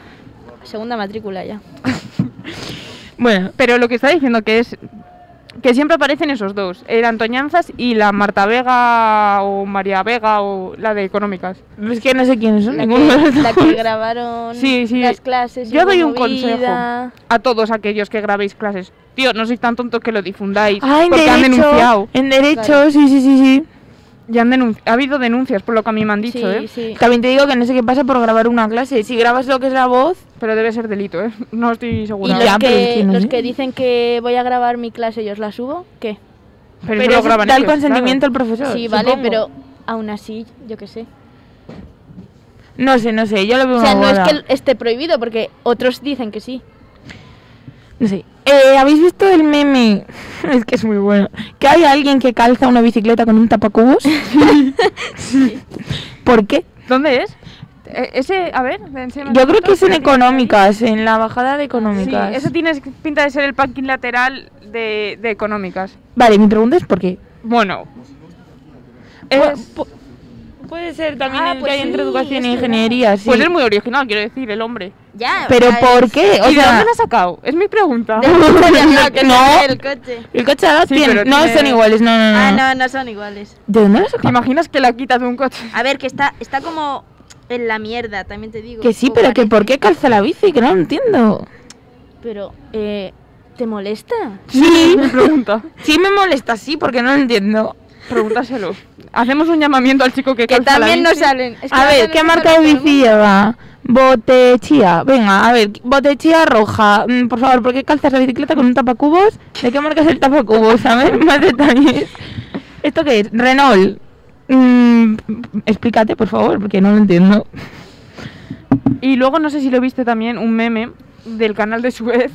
segunda matrícula ya.
Bueno,
Pero lo que está diciendo que es que siempre aparecen esos dos, el Antoñanzas y la Marta Vega o María Vega o la de Económicas.
es que no sé quiénes son
La
ninguno de
que,
los
la
dos.
que grabaron
Sí, sí.
las clases. y
Yo doy
la
un consejo
movida.
a todos aquellos que grabéis clases. Tío, no sois tan tontos que lo difundáis
Ah, en
porque
derecho.
han denunciado.
En derecho,
Claro.
sí, sí, sí, sí.
Ya han denun- ha habido denuncias por lo que a mí me han dicho,
sí,
¿eh?
sí.
También te digo que no sé qué pasa por grabar una clase. Si grabas lo que es la voz,
Pero debe ser delito, ¿eh? No estoy
Y
segura.
los,
Ya, pero es
que,
que no
los
sé.
que dicen que voy a grabar mi clase y os la subo, ¿qué?
pero eso
pero
lo
eso
graban
da el
ellos,
consentimiento al profesor.
Sí, vale,
supongo.
pero aún así, yo qué sé.
No sé, no sé, yo lo veo
O sea,
una
no es
boda.
que esté prohibido, porque otros dicen que sí.
No sé. Eh, ¿Habéis visto el meme? Es que es muy bueno. Que hay alguien que calza una bicicleta con un tapacubos. ¿Por qué?
claro. ¿Dónde es? Eh, ese, a ver, enséñame
Yo
la
creo
foto,
que es en
la tienes ahí.
económicas, en la bajada de
Sí,
económicas.
eso tiene pinta de ser el parking lateral de, de económicas.
Vale, mi pregunta es por qué.
Bueno. Es-
Pu- pu- puede ser también
Ah,
el
pues
que hay entre
sí, es
educación e
verdad.
ingeniería, sí.
Pues es muy original, quiero decir, el hombre.
Ya,
Pero ¿por qué? O
¿Y de
sea,
dónde lo ha sacado? Es mi pregunta.
no,
El coche.
el coche de alas
Sí,
tiene-
pero
no
tiene-
son iguales, no, no, no.
Ah, no, no son iguales.
¿De dónde lo has
¿Te
sacado?
imaginas que la quita de un coche?
A ver, que está, está como en la mierda, también te digo.
Que sí,
O
pero que
parece.
¿por qué calza la bici? Que no lo entiendo.
Pero, eh, ¿te molesta?
Sí,
Mi pregunta.
sí me molesta, sí, porque no lo entiendo.
Pregúntaselo. Hacemos un llamamiento al chico que
Que
calza la
también no
bici.
salen. Es que
A
no
ver,
salen
¿qué
los
marca de
colores
bici lleva? Botechía. Venga, a ver, botechía roja. Mm, Por favor, ¿por qué calzas la bicicleta con un tapacubos? ¿De qué marca es el tapacubos? A ver, más detalles. ¿Esto qué es? Renault. Mm, explícate, por favor, porque no lo entiendo.
Y luego no sé si lo viste también, un meme del canal de Suez.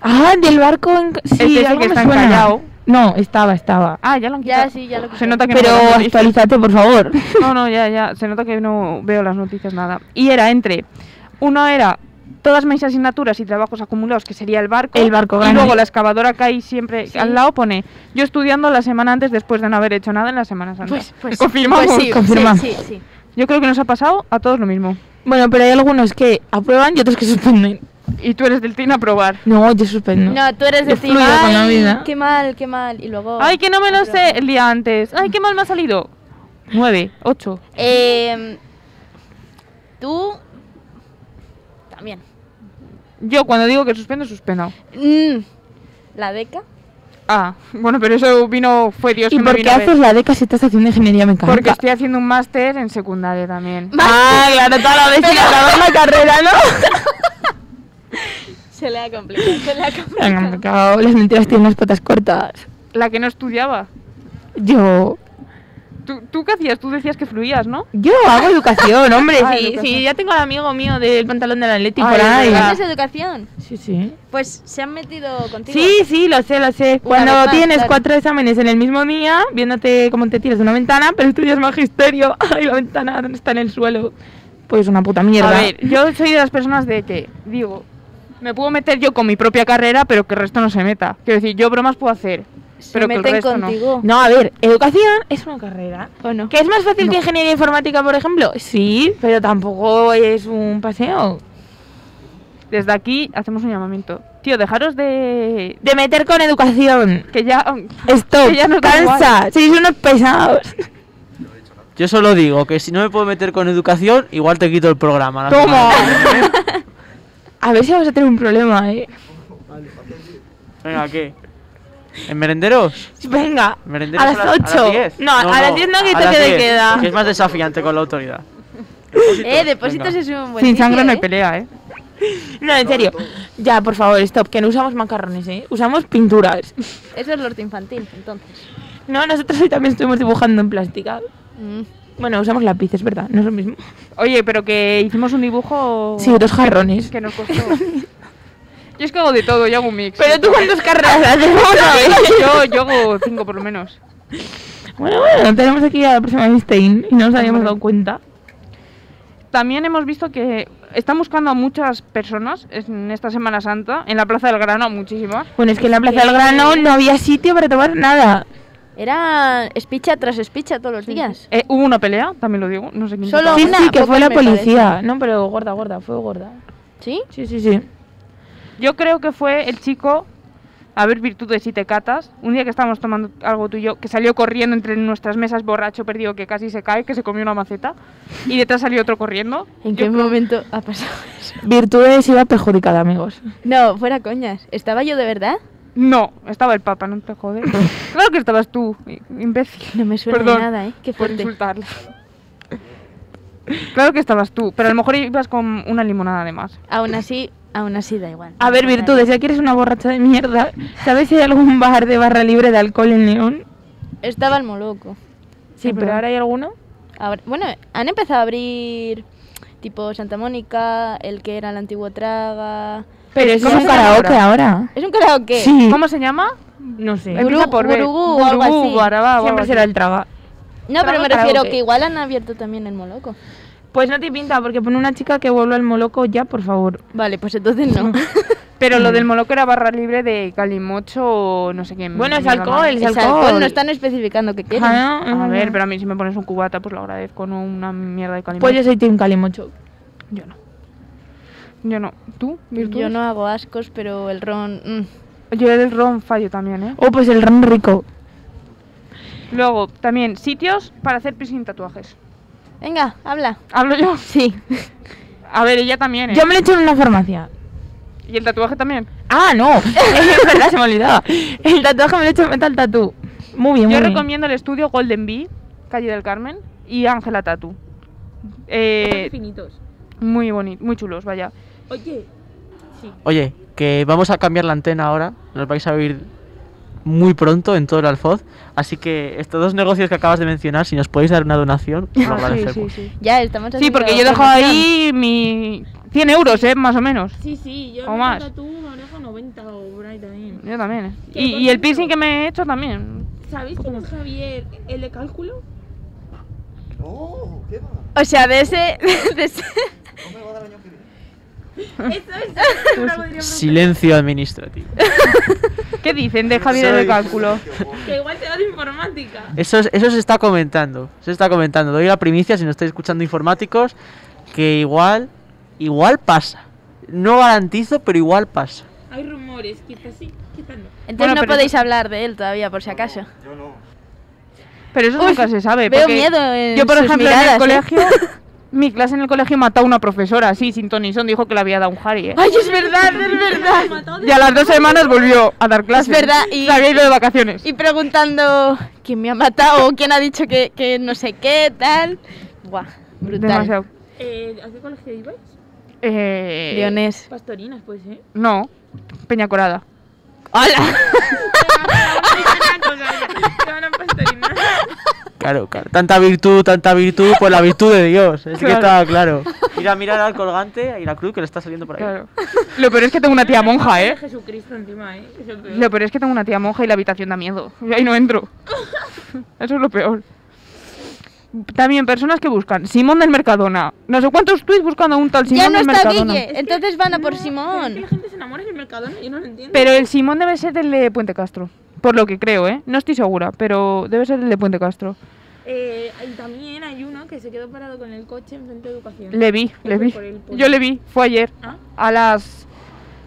Ah, del barco en... Sí,
ese que
algo me
está en
suena.
Callao.
No, estaba, estaba.
Ah, ya lo han quitado.
Ya, sí, ya lo
Se
quité.
nota que no
Pero
veo las noticias.
actualízate, por favor.
No, no, ya, ya. Se nota que no veo las noticias nada. Y era entre. Uno era todas mis asignaturas y trabajos acumulados, que sería el barco.
El barco
Y
grande.
luego la excavadora que hay siempre
Sí.
al lado pone. Yo estudiando la semana antes después de no haber hecho nada en la Semana Santa.
Pues, pues,
Confirmamos.
pues sí,
confirmamos.
Sí, sí, sí.
Yo creo que nos ha pasado a todos lo mismo.
Bueno, pero hay algunos que aprueban y otros que suspenden.
Y tú eres del TIN a probar.
No, yo suspendo.
No, tú eres
Yo
de ti.
fluyo con la
"Ay,
vida".
Qué mal, qué mal. Y luego.
Ay, que no me lo
apruebo.
sé el día antes. Ay, qué mal me ha salido. Nueve, ocho.
Eh, tú. También.
Yo cuando digo que suspendo, suspendo.
Mm, La beca.
Ah, bueno, pero eso vino, fue Dios
¿Y
que me
por qué
vino a ver.
haces la deca si estás haciendo ingeniería mecánica?
Porque estoy haciendo un máster en secundaria también.
Ah, claro, toda la vez sin acabar la carrera, ¿no?
Se le ha complicado. Se le ha
Venga,
complicado.
me cago, las mentiras tienen las patas cortas.
La que no estudiaba.
Yo...
¿Tú, tú qué hacías? Tú decías que fluías, ¿no?
Yo hago educación, hombre.
Ah,
sí,
educación.
sí, ya tengo al amigo mío del pantalón del Atleti
Ay,
por
es
ahí.
verdad.
¿Haces educación?
Sí, sí.
Pues se han metido contigo.
Sí, sí, lo sé, lo sé. Cuando
vez más,
tienes
claro.
cuatro exámenes en el mismo día, viéndote cómo te tiras de una ventana, pero estudias magisterio. Ay, la ventana ¿dónde está en el suelo. Pues una puta mierda.
A ver, yo soy de las personas de que digo, Me puedo meter yo con mi propia carrera, pero que el resto no se meta. Quiero decir, yo bromas puedo hacer, pero que el
meten
resto
contigo.
No, a ver, educación es una carrera.
¿O no?
¿Que es más fácil que ingeniería informática, por ejemplo? Sí, pero tampoco es un paseo.
no. Desde aquí hacemos un llamamiento. Tío, dejaros de...
De meter con educación.
Que ya...
Stop,
Que ya nos da
cansa,
igual.
sois unos pesados.
Yo solo digo que si no me puedo meter con educación, igual te quito el programa. la semana
Toma.
que viene, ¿eh?
A ver si vamos a tener un problema, eh.
Venga, ¿qué? ¿En merenderos?
Venga,
¿En merenderos
a las 8.
10?
no, a las 10 no, que
a
te
las
de
10,
queda.
que es más desafiante con la autoridad.
Eh, depósitos
Venga.
es un buen
Sin
sitio,
sangre no hay
¿eh?
pelea, ¿eh?
No, en serio. Ya, por favor, stop, que no usamos macarrones, eh. Usamos pinturas.
Eso es el orto infantil, entonces.
No, nosotros hoy también estuvimos dibujando en plástica.
Mm.
Bueno, usamos lápices, ¿verdad? No es lo mismo.
Oye, pero que hicimos un dibujo...
Sí, dos jarrones.
Que nos costó. yo es que hago de todo, yo hago un mix.
Pero tú cuántas carreras haces una vez.
yo, yo hago cinco por lo menos.
Bueno, bueno, tenemos aquí a la próxima Einstein y no nos habíamos dado cuenta.
También hemos visto que están buscando a muchas personas en esta Semana Santa, en la Plaza del Grano, muchísimas.
Bueno, es que en la Plaza del Grano no había sitio para tomar nada.
Era espicha tras espicha todos los días.
Eh, hubo una pelea, también lo digo, no sé quién.
Solo-
Sí,
una,
sí, que
pocas
fue la
me
policía. Ah, No, pero gorda, gorda, fue gorda.
¿Sí?
Sí, sí, sí.
Yo creo que fue el chico, a ver, virtudes y tecatas, un día que estábamos tomando algo tuyo, que salió corriendo entre nuestras mesas borracho, perdido, que casi se cae, que se comió una maceta, y detrás salió otro corriendo.
¿En
Yo
qué momento ha pasado eso?
Virtudes iba perjudicada, amigos.
No, fuera coñas. ¿Estaba yo de verdad?
No, estaba el Papa, no te jode. claro que estabas tú, i- imbécil.
No me suena de
Perdón
nada, ¿eh? Qué
por
fuerte.
insultarle. Claro que estabas tú, pero a lo mejor ibas con una limonada además.
Aún así, aún así da igual.
A ver, Virtudes, ya que eres una borracha de mierda, ¿sabes si hay algún bar de barra libre de alcohol en León?
Estaba el moloco.
Sí, pero ahora hay alguno.
Ahora- bueno, han empezado a abrir tipo Santa Mónica, el que era el antiguo Traga.
Pero es
¿Cómo
un
se
karaoke
llama
ahora.
Es un karaoke.
¿Ah? Sí.
¿Cómo se llama?
No sé.
Gurú-
Empieza por B.
gurugú o algo
Gurugú,
así.
guarabá, o algo
Siempre
así.
será el traga.
No, pero me
Traga
refiero
karaoke.
que igual han abierto también el moloco.
Pues no te pinta, porque pone una chica que vuelve al moloco ya, por favor.
Vale, pues entonces no.
Pero
Mm.
lo del moloco era barra libre de calimocho o no sé quién.
Bueno, es
mierda
alcohol,
más.
es
El
alcohol.
alcohol no están especificando qué quieren.
Ah, no,
A
no,
ver,
no.
pero a mí si me pones un cubata, pues lo agradezco, no una mierda de calimocho.
Pues yo soy Team Calimocho.
Yo no. Yo no. ¿Tú? ¿Virtudes?
Yo no hago ascos, pero el ron. mm.
Yo el ron fallo también, ¿eh?
Oh, pues el ron rico.
Luego, también sitios para hacer piercing tatuajes.
Venga, habla.
¿Hablo yo?
Sí.
A ver, ella también, ¿eh?
Yo me lo he hecho en una farmacia.
¿Y el tatuaje también?
Ah, no. es verdad, se me olvidaba. El tatuaje me lo he hecho en Metal Tattoo. Muy bien, muy
Yo
bien.
recomiendo el estudio Golden Bee, calle del Carmen, y Ángela Tatu.
Son
Eh,
finitos.
muy bonito, muy chulos, vaya.
Oye, sí.
Oye, que vamos a cambiar la antena ahora. Nos vais a oír muy pronto en todo el Alfoz. Así que estos dos negocios que acabas de mencionar, si nos podéis dar una donación, os lo
Ah, sí,
agradecemos.
sí, sí.
Ya estamos
Sí,
haciendo
porque yo dejo
promoción.
ahí mi 100 euros, ¿eh? Más o menos.
Sí, sí, yo
¿O
me
más?
tú manejo 90 o por ahí también.
Yo también. ¿eh? Y,
¿Qué, por
y el
ejemplo?
piercing que me he hecho también.
¿Sabéis quién es Javier, el de cálculo?
No, Oh, ¿qué va?
O sea, de ese. de ese-
No me va a dar año que viene.
Eso es. no lo podría
Silencio administrativo.
¿Qué dicen de Javier
Soy-
el cálculo?
preguntar. Que igual te da de informática.
Eso, es- eso se está comentando. Se está comentando. Doy la primicia, si no estáis escuchando informáticos, que igual, igual pasa. No garantizo, pero igual pasa.
Hay rumores, quizás sí, quizás no.
Entonces
Bueno,
no
pero-
podéis hablar de él todavía, por si acaso.
Yo no.
Pero eso
Uy,
nunca se sabe.
veo
porque
miedo en
Yo, por
sus
ejemplo, en el
miradas, ¿eh?
colegio. Mi clase en el colegio mató a una profesora, así, sin Tony Son, dijo que le había dado un Harry. ¿eh?
¡Ay, es verdad, es verdad!
Mató de-
Y a las dos semanas volvió a dar clases.
Es verdad, y-
Se había ido de vacaciones.
Y preguntando quién me ha matado o quién ha dicho que, que no sé qué, tal. Buah, brutal.
Demasiado.
Eh, ¿A qué colegio ibais?
Eh,
Leonés.
Pastorinas, pues, ¿eh?
No, Peña Colada.
¡Hola!
Te van a pastorinas.
Claro, claro. Tanta virtud, tanta virtud, por la virtud de Dios. Es que
Claro.
estaba claro. Mira, mira al colgante y la cruz que le está saliendo por ahí.
Claro. Lo peor es que tengo una tía monja,
De
¿eh?
Jesucristo encima, ¿eh? Es lo peor.
Lo peor es que tengo una tía monja y la habitación da miedo. Yo ahí no entro. Eso es lo peor. También personas que buscan Simón del Mercadona. No sé cuántos tweets buscando a un tal Simón
ya no
del
está
Mercadona.
Guille, entonces van a por
No, pero es que
Simón.
la gente se enamora en el Mercadona, yo no lo entiendo.
Pero el Simón debe ser el de Puente Castro. Por lo que creo, ¿eh? No estoy segura, pero debe ser el de Puente Castro.
Eh, y también hay uno que se quedó parado con el coche enfrente de educación.
Le vi,
Yo
le
fui
vi.
por él, por-
Yo le vi, fue ayer,
Ah.
a las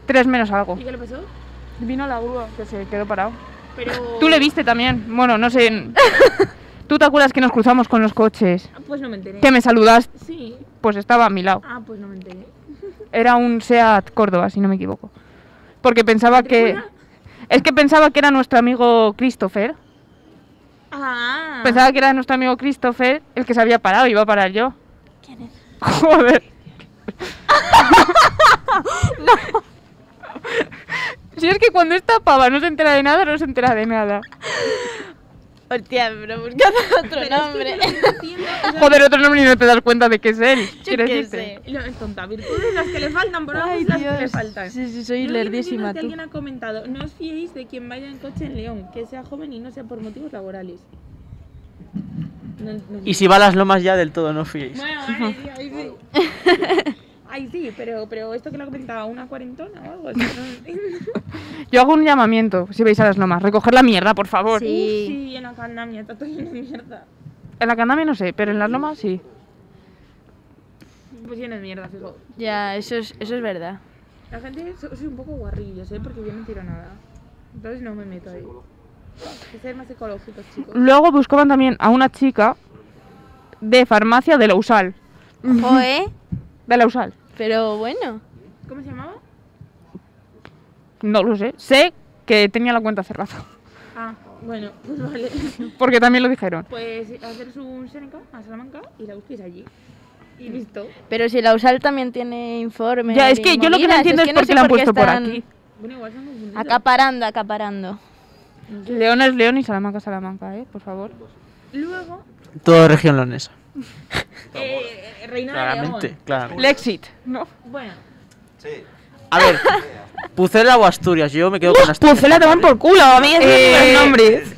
3 menos algo.
¿Y qué le pasó?
Vino la grúa, que se quedó parado.
Pero...
Tú le viste también. Bueno, no sé. n- ¿Tú te acuerdas que nos cruzamos con los coches?
Ah, Pues no me enteré.
Que me saludaste,
Sí.
pues estaba a mi lado.
Ah, pues no me enteré.
Era un Seat Córdoba, si no me equivoco. Porque pensaba que.
¿Matrícula?
Es que pensaba que era nuestro amigo Christopher.
Ah.
Pensaba que era nuestro amigo Christopher el que se había parado, iba a parar yo. ¿Quién es? Joder. no. Si es que cuando esta pava no se entera de nada, no se entera de nada.
Hostia, pero buscad otro nombre.
Joder, otro nombre y no te das cuenta de que es él.
Yo
quiero
qué
decirte.
sé.
Lo- es tonta, virtudes las que le faltan, por abajo es las que le faltan.
Sí, sí, soy
Yo lo que no entiendo es
lerdísima
que
tú.
alguien ha comentado, no os fiéis de quien vaya en coche en León, que sea joven y no sea por motivos laborales. No- no-
Y si va a las lomas ya del todo, no os fiéis.
Bueno, vale, sí, ahí sí. Ahí sí, pero, pero esto que lo ha comentado, una cuarentona o algo. así, ¿no?
Yo hago un llamamiento, si veis a las lomas, recoger la mierda, por favor.
Sí.
sí, en la pandemia está todo lleno de mierda.
En la candamia no sé, pero en las lomas sí.
Pues lleno de mierda, fijo.
Ya, eso es, eso es verdad.
La gente, so- soy un poco guarrillo, ¿eh? Porque yo no tiro nada. Entonces no me meto ahí. Hay que ser más ecológicos, chicos.
Luego buscaban también a una chica de farmacia de Lausal.
Joe,
De Lausal.
pero bueno.
¿Cómo se llamaba?
No lo sé. Sé que tenía la cuenta cerrada.
Ah, bueno, pues vale.
Porque también lo dijeron.
Pues hacer un Seneca a Salamanca y la busquéis allí. Y listo.
Pero si la USAL también tiene informe.
Ya, es que yo lo que no entiendo es por qué la han puesto por aquí.
Bueno, igual se han confundido.
Acaparando, acaparando.
León es León y Salamanca es Salamanca, ¿eh? Por favor.
Luego,
Todo región lonesa.
eh, Reina de
Claramente,
Aragón.
claramente.
Lexit. No.
Bueno,
Sí.
A ver, Pucela o Asturias, yo me quedo con Asturias.
Pues se la toman por culo, a mí es
Eh,
los nombres.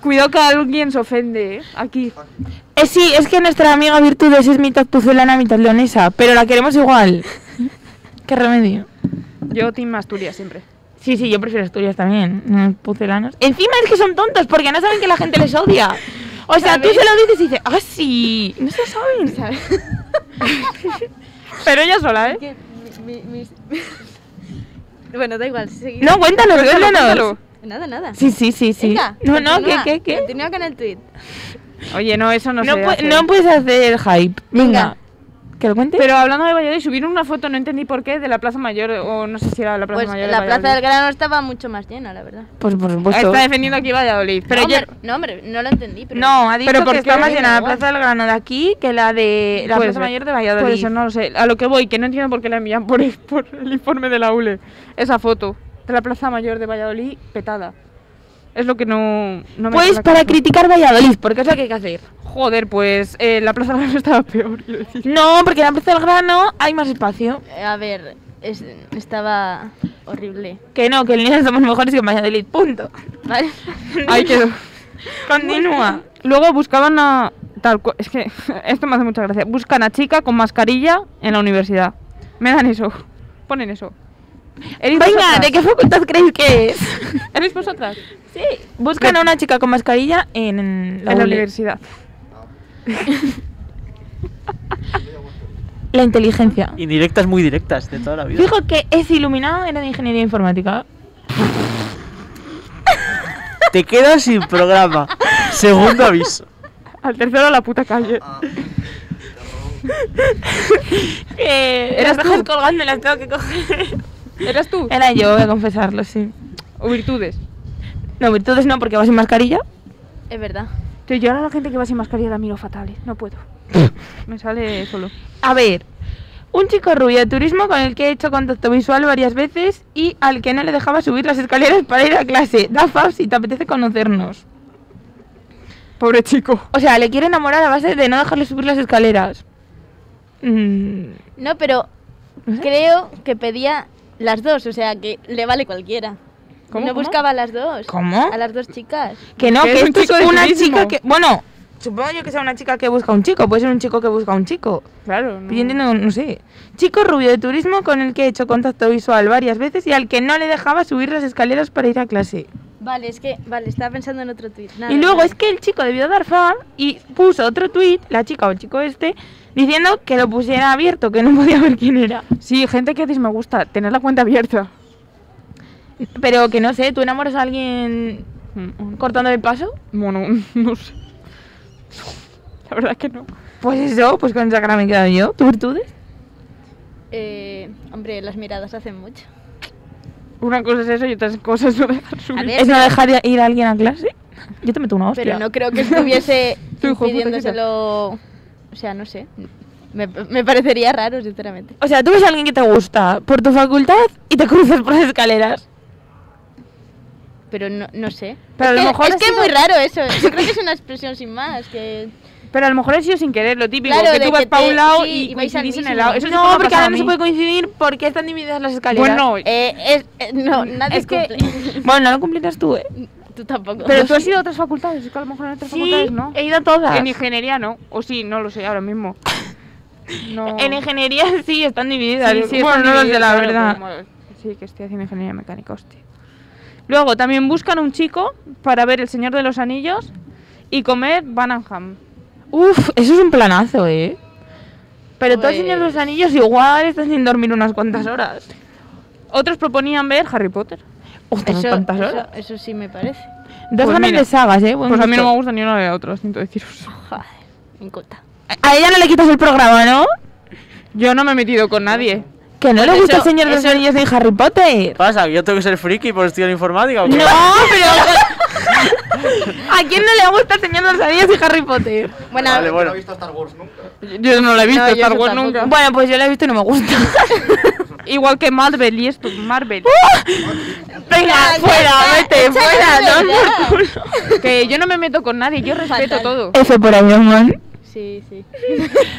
Cuidado que alguien se ofende, ¿eh? Aquí.
Eh, sí, es que nuestra amiga Virtudes es mitad pucelana, mitad leonesa, pero la queremos igual. ¿Qué remedio?
Yo Team Asturias siempre.
Sí, sí, yo prefiero Asturias también, mm, pucelanos. Encima es que son tontos porque no saben que la gente les odia. O sea, tú se lo dices y dices, ah, sí, no se saben.
Pero ella sola, ¿eh?
Bueno, da igual, seguimos.
No, cuéntanos,
Cuéntalo,
cuéntanos.
cuéntalo.
Nada, nada.
Sí, sí, sí, sí.
Venga,
no, no, ¿qué,
continúa,
qué, qué?
Continúa con el tweet.
Oye, no, eso no,
No,
se
pu-
hace.
no puedes hacer hype. Venga.
Venga.
¿Que lo cuentes?
Pero hablando de Valladolid, subieron una foto, no entendí por qué, de la Plaza Mayor, o no sé si era la Plaza
Pues
Mayor. de
la plaza del
Valladolid.
grano estaba mucho más llena, la verdad.
pues por supuesto.
Está defendiendo aquí Valladolid. Pero
no,
yo.
hombre, no, hombre, no lo entendí. Pero
No, ha dicho
¿Pero por
que está
qué?
más llena la
Igual.
Plaza del Grano de aquí que la de la
Puede
Plaza
ser.
Mayor de Valladolid.
Puede ser, no lo sé. A lo que voy, que no entiendo por qué la envían por el, por el informe de la ULE. Esa foto de la Plaza Mayor de Valladolid petada. Es lo que no, no me
Pues
cuadra
para
con eso.
criticar Valladolid, porque es lo que hay que hacer.
Joder, pues eh, la Plaza Mayor estaba peor, quiero decir.
No, porque en la Plaza del Grano hay más espacio.
Eh, A ver, es- estaba horrible.
Que no, que en León somos mejores que en Valladolid, punto.
¿Vale?
Ahí quedó.
Continúa.
Luego buscaban a. Tal cual. Es que esto me hace mucha gracia. Buscan a chica con mascarilla en la universidad. Me dan eso. Ponen eso. ¿Eres
Venga,
vosotras?
¿de qué facultad creéis que es?
¿Eres vosotras?
Buscan a una chica con mascarilla en la,
en la
uni.
universidad.
La inteligencia.
Indirectas muy directas de toda la vida.
Fijo que es iluminado, era de ingeniería informática.
Te quedas sin programa. Segundo aviso.
Al tercero a la puta calle.
Ah.
Eh,
¿Eras
las dejas
tú?
colgando, las tengo que coger.
¿Eras tú?
Era yo, voy a confesarlo, sí.
O virtudes.
No, virtudes no, porque vas sin mascarilla.
Es verdad.
Tío, yo ahora la gente que va sin mascarilla la miro fatal. ¿eh? No puedo. me sale solo.
A ver, un chico rubio de turismo con el que he hecho contacto visual varias veces y al que no le dejaba subir las escaleras para ir a clase. Da fab si te apetece conocernos.
Pobre chico.
O sea, le quiere enamorar a base de no dejarle subir las escaleras. Mm,
No, pero
¿Eh?
creo que pedía las dos, o sea, que le vale cualquiera.
¿Cómo,
no
cómo?
buscaba a las dos.
¿Cómo?
A las dos chicas.
Que no,
Que
que,
es un
esto es
chico de
una
turismo.
chica que... Bueno, Supongo yo que sea una chica que busca a un chico, puede ser un chico que busca a un chico.
Claro. no-
Yo entiendo, no sé. Chico rubio de turismo con el que he hecho contacto visual varias veces y al que no le dejaba subir las escaleras para ir a clase.
Vale, es que, vale, estaba pensando en otro tweet.
y luego es que el chico debió dar fama y puso otro tuit, la chica o el chico este, diciendo que lo pusiera abierto, que no podía ver quién era.
Sí, gente que dice me gusta, tener la cuenta abierta.
Pero que no sé, ¿tú enamoras a alguien cortando el paso?
Mm. Bueno, no sé. La verdad es que no.
Pues eso, pues con esa cara me he quedado yo. ¿Tú virtudes?
Eh, hombre, las miradas hacen mucho.
Una cosa es eso y otras cosas no dejar subir.
A ver,
¿Es no dejar de ir a alguien a clase? Yo te meto una hostia.
pero no creo que estuviese
Tu hijo de puta,
pidiéndoselo. O sea, no sé. Me, me parecería raro, sinceramente.
O sea, tú ves a alguien que te gusta por tu facultad y te cruzas por las escaleras.
Pero no, no sé.
Pero a
es
lo
que,
mejor
es
ha
que es
sido-
muy raro eso. ¿eh? Yo creo que es una expresión sin más. Que...
Pero a lo mejor ha sido sin querer, lo típico,
Claro,
que
de
tú vas
que
para
te-
un lado
sí,
y
y vais al
coincidís en el
mismo.
lado. Eso sí que me
no,
ha
porque
pasado
ahora
a
no se
mí.
puede coincidir porque están divididas las escaleras.
Bueno,
Eh, es, eh, no, nadie
es que-
cumple.
Bueno, no cumplirás tú, ¿eh?
Tú tampoco.
pero tú has ido a otras facultades, es que a lo mejor en otras facultades no.
he ido a todas.
En ingeniería no, o sí, no lo sé ahora mismo. No.
En ingeniería sí, están divididas.
Sí, sí,
bueno,
están
no lo sé,
divididas,
la
claro,
verdad.
pero como- Sí, que estoy haciendo ingeniería mecánica, hostia. Luego, también buscan un chico para ver El Señor de los Anillos y comer Bananham.
Uf, eso es un planazo, ¿eh? Pero tú
Pues-
al Señor de los Anillos igual estás sin dormir unas cuantas horas.
Otros proponían ver Harry Potter.
Ostras,
eso,
cuántas
eso-
horas.
eso sí me parece.
Pues
Dos ganas
mira,
de sagas, ¿eh? Buen
Pues a mí
gusto.
no me gusta ni uno de otro, siento deciros.
Joder, me inculta.
A ella no le quitas el programa, ¿no?
Yo no me he metido con nadie.
Que no le
Eso-
gusta el Señor Pues de los Anillos ni Harry Potter.
¿Qué pasa? ¿Que yo tengo que ser friki por estudiar informática o qué?
No, pero. ¿A quién no le gusta el Señor de los Anillos y Harry Potter?
Bueno,
Vale,
Yo No
bueno.
he visto Star Wars nunca.
Yo no la he visto,
No, yo
Star
eso
Wars
tampoco.
nunca.
Bueno, pues yo la he visto y no me gusta.
Igual que Marvel y esto, Marvel.
Venga,
Ya, ya
fuera,
está,
vete,
échale
fuera,
de
no
verdad.
por culo.
que yo no me meto con nadie, yo respeto
Fatal.
todo.
F por Iron Man.
sí, sí.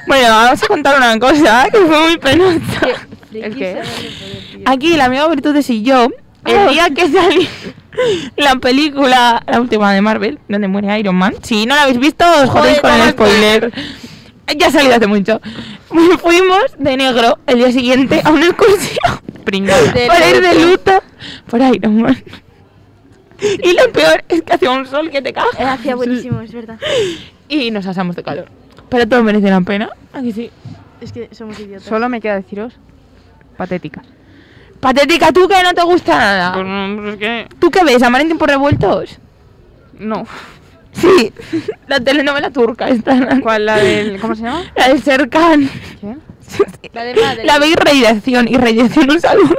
Bueno, vamos a contar una cosa que fue muy penosa.
Friki
qué?
sabe lo poder, tío.
Aquí, la amiga Virtudes y yo, el día que salí la película, la última de Marvel, donde muere Iron Man. Si no la habéis visto, os jodéis
Joder,
con el
vamos,
spoiler. Ya ha salido hace mucho. Fuimos de negro el día siguiente a una excursión
Pringada.
De
para ir de
luto.
luta por Iron Man. Y lo peor es que hacía un sol que te caga.
Eh, Hacía buenísimo, es verdad.
Y nos asamos de calor. Pero todo merece la pena. ¿A que sí?
Es que somos idiotas.
Solo me queda deciros, patética.
Patética tú que no te gusta nada.
es que
¿Tú qué ves? ¿Amar en tiempos revueltos?
no.
Sí. La telenovela turca esta.
¿Cuál la del cómo se llama?
La del Serkan.
¿Quién?
La de madre.
La veis radiación y radiación un saludo.